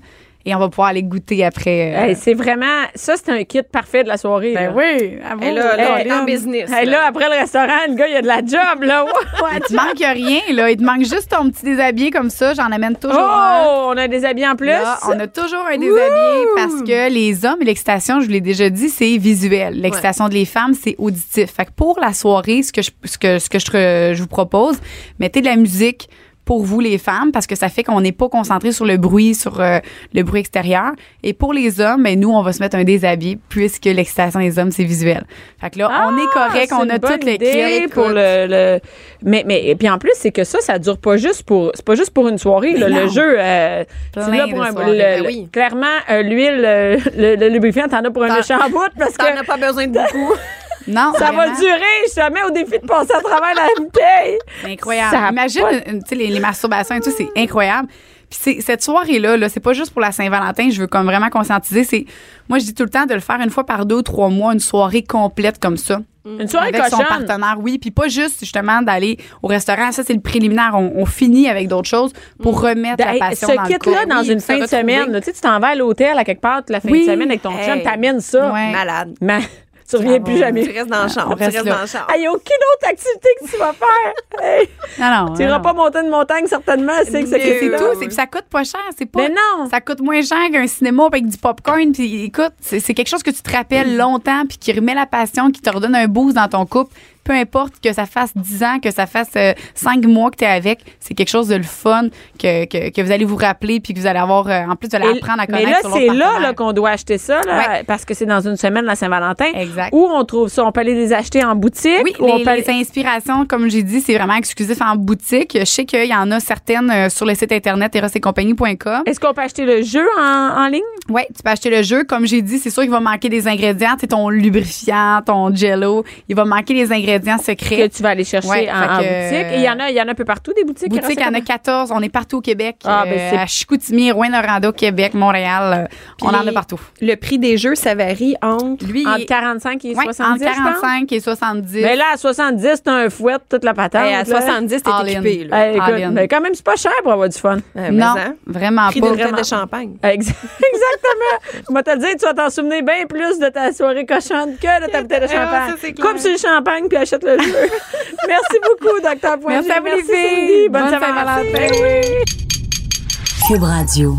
Speaker 6: Et on va pouvoir aller goûter après. euh.
Speaker 3: Hey, c'est vraiment. Ça, c'est un kit parfait de la soirée. là.
Speaker 6: Ben oui, à
Speaker 5: Et
Speaker 6: vous,
Speaker 5: là, là, on
Speaker 6: Caroline.
Speaker 5: est en business.
Speaker 3: Hey, là, après le restaurant, le gars, il a de la job, là.
Speaker 6: Il te manque rien, là. Il te manque juste ton petit déshabillé comme ça. J'en amène toujours un.
Speaker 3: Oh, on a des habits en plus. Ah,
Speaker 6: Là, on a toujours un déshabillé parce que les hommes, l'excitation, je vous l'ai déjà dit, c'est visuel. L'excitation des femmes, c'est auditif. Fait que pour la soirée, ce que je, ce que, ce que je, te- je vous propose, mettez de la musique pour vous les femmes parce que ça fait qu'on n'est pas concentré sur le bruit sur euh, le bruit extérieur et pour les hommes ben nous on va se mettre un déshabillé puisque l'excitation des hommes c'est visuel. Fait que là on est correct,
Speaker 3: Ah,
Speaker 6: on
Speaker 3: c'est
Speaker 6: a
Speaker 3: une bonne
Speaker 6: toutes les
Speaker 3: idée
Speaker 6: clés
Speaker 3: pour le, le- mais mais et puis en plus c'est que ça ça dure pas juste pour c'est pas juste pour une soirée là, le
Speaker 6: non.
Speaker 3: jeu euh, tu
Speaker 6: Plein
Speaker 3: l'as
Speaker 6: de
Speaker 3: pour un
Speaker 6: soirées,
Speaker 5: ben
Speaker 3: le-
Speaker 5: oui.
Speaker 3: clairement euh, l'huile euh, le, le lubrifiant t'en as pour un
Speaker 5: T'en-
Speaker 3: méchant bout parce que
Speaker 5: T'en as pas besoin de beaucoup.
Speaker 6: Non,
Speaker 3: ça va
Speaker 6: vraiment.
Speaker 3: durer je te mets au défi de passer à travers la bouteille
Speaker 6: C'est incroyable.
Speaker 3: Ça a
Speaker 6: Imagine, une- tu sais, les, les masturbations et tout, c'est incroyable. Puis c'est- cette soirée-là, là, c'est pas juste pour la Saint-Valentin, je veux comme vraiment conscientiser. C'est, moi, je dis tout le temps de le faire une fois par deux, trois mois, une soirée complète comme ça.
Speaker 3: une soirée
Speaker 6: Avec son
Speaker 3: cochonne
Speaker 6: partenaire, oui. Puis pas juste, justement, d'aller au restaurant. Ça, c'est le préliminaire. On, on finit avec d'autres choses pour remettre
Speaker 3: Ben, Hey,
Speaker 6: la passion dans
Speaker 3: ce
Speaker 6: le
Speaker 3: kit là
Speaker 6: couple.
Speaker 3: dans
Speaker 6: Oui,
Speaker 3: une
Speaker 6: se
Speaker 3: fin de
Speaker 6: retrouver.
Speaker 3: semaine là, tu sais, tu t'en vas à l'hôtel à quelque part toute la fin
Speaker 6: Oui.
Speaker 3: de semaine avec ton chum
Speaker 5: Hey.
Speaker 3: t'amènes ça
Speaker 6: Ouais.
Speaker 5: Malade.
Speaker 3: mais tu reviens plus
Speaker 5: Tu
Speaker 6: va.
Speaker 3: jamais
Speaker 5: restes dans le
Speaker 6: On
Speaker 5: champ. Tu
Speaker 6: reste
Speaker 5: restes
Speaker 6: là.
Speaker 5: dans le champ.
Speaker 3: il n'y a aucune autre activité que tu vas faire. Hey.
Speaker 6: Non, non.
Speaker 3: Tu
Speaker 6: non,
Speaker 3: n'iras
Speaker 6: non.
Speaker 3: pas monter une montagne, certainement, c'est que
Speaker 5: Mais
Speaker 3: c'est
Speaker 6: C'est
Speaker 5: Là,
Speaker 6: tout,
Speaker 5: oui.
Speaker 6: c'est que ça coûte pas cher, c'est pas
Speaker 3: Mais Ben non.
Speaker 6: Ça coûte moins cher qu'un cinéma avec du popcorn puis écoute, c'est c'est quelque chose que tu te
Speaker 3: Ben
Speaker 6: rappelles longtemps puis qui remet la passion, qui te redonne un boost dans ton couple, peu importe que ça fasse 10 ans, que ça fasse 5 mois que tu es avec, c'est quelque chose de le fun que, que, que vous allez vous rappeler puis que vous allez avoir euh, en plus de
Speaker 3: Et-
Speaker 6: l'apprendre à
Speaker 3: Mais
Speaker 6: connaître
Speaker 3: là,
Speaker 6: sur l'autre
Speaker 3: c'est là,
Speaker 6: partenaire.
Speaker 3: là, qu'on doit acheter ça, là,
Speaker 6: Ouais.
Speaker 3: parce que c'est dans une semaine, la Saint-Valentin.
Speaker 6: Exact.
Speaker 3: Où on trouve ça? On peut aller les acheter en boutique?
Speaker 6: Oui,
Speaker 3: ou on
Speaker 6: les,
Speaker 3: peut aller-
Speaker 6: les inspirations, comme j'ai dit, c'est vraiment exclusif en boutique. Je sais qu'il y en a certaines euh, sur le site internet erosetcompagnie.com.
Speaker 3: Est-ce qu'on peut acheter le jeu en, en ligne?
Speaker 6: Oui, tu peux acheter le jeu. Comme j'ai dit, c'est sûr qu'il va manquer des ingrédients. C'est ton lubrifiant, ton jello. Il va manquer les ingrédients
Speaker 3: Que
Speaker 6: secrets.
Speaker 3: tu vas aller chercher
Speaker 6: Ouais,
Speaker 3: en,
Speaker 6: fait
Speaker 3: en
Speaker 6: que-
Speaker 3: boutique. Et il y en a, il y en a un peu partout, des boutiques.
Speaker 6: Boutique, il y en a 14. On est partout au Québec. euh,
Speaker 3: Ah, ben, c'est-
Speaker 6: à Chicoutimi, Rouyn-Noranda, Québec, Montréal. Euh, on en a partout.
Speaker 5: Le prix des jeux, ça varie entre.
Speaker 6: Lui, il
Speaker 3: Entre
Speaker 6: est-
Speaker 3: 45 et
Speaker 6: ouais,
Speaker 3: 70,
Speaker 6: entre
Speaker 3: je pense.
Speaker 6: 45 et 70.
Speaker 3: Mais là, à 70, t'as un fouet, toute la patente.
Speaker 5: Hey, à
Speaker 3: là.
Speaker 5: 70, t'es
Speaker 6: All in.
Speaker 5: équipé. Là.
Speaker 3: Hey, écoute,
Speaker 6: Ah, bien.
Speaker 3: mais quand même, c'est pas cher pour avoir du fun.
Speaker 5: Ouais, mais
Speaker 6: non,
Speaker 5: hein,
Speaker 6: vraiment
Speaker 5: Prix
Speaker 6: pas.
Speaker 5: d'une tête
Speaker 3: vraiment.
Speaker 5: de champagne.
Speaker 3: Ex- Exactement. Je vais te le dire, tu vas t'en souvenir bien plus de ta soirée cochonne que de ta bouteille de champagne.
Speaker 5: ça, c'est clair.
Speaker 3: Coupe sur le champagne puis achète le jeu. merci beaucoup, Dr. Poirier.
Speaker 6: Merci à vous, les filles.
Speaker 3: Cindy. Bonne,
Speaker 6: Bonne
Speaker 3: Saint-Valentin.
Speaker 6: Saint-Valentin.
Speaker 1: Cube Radio.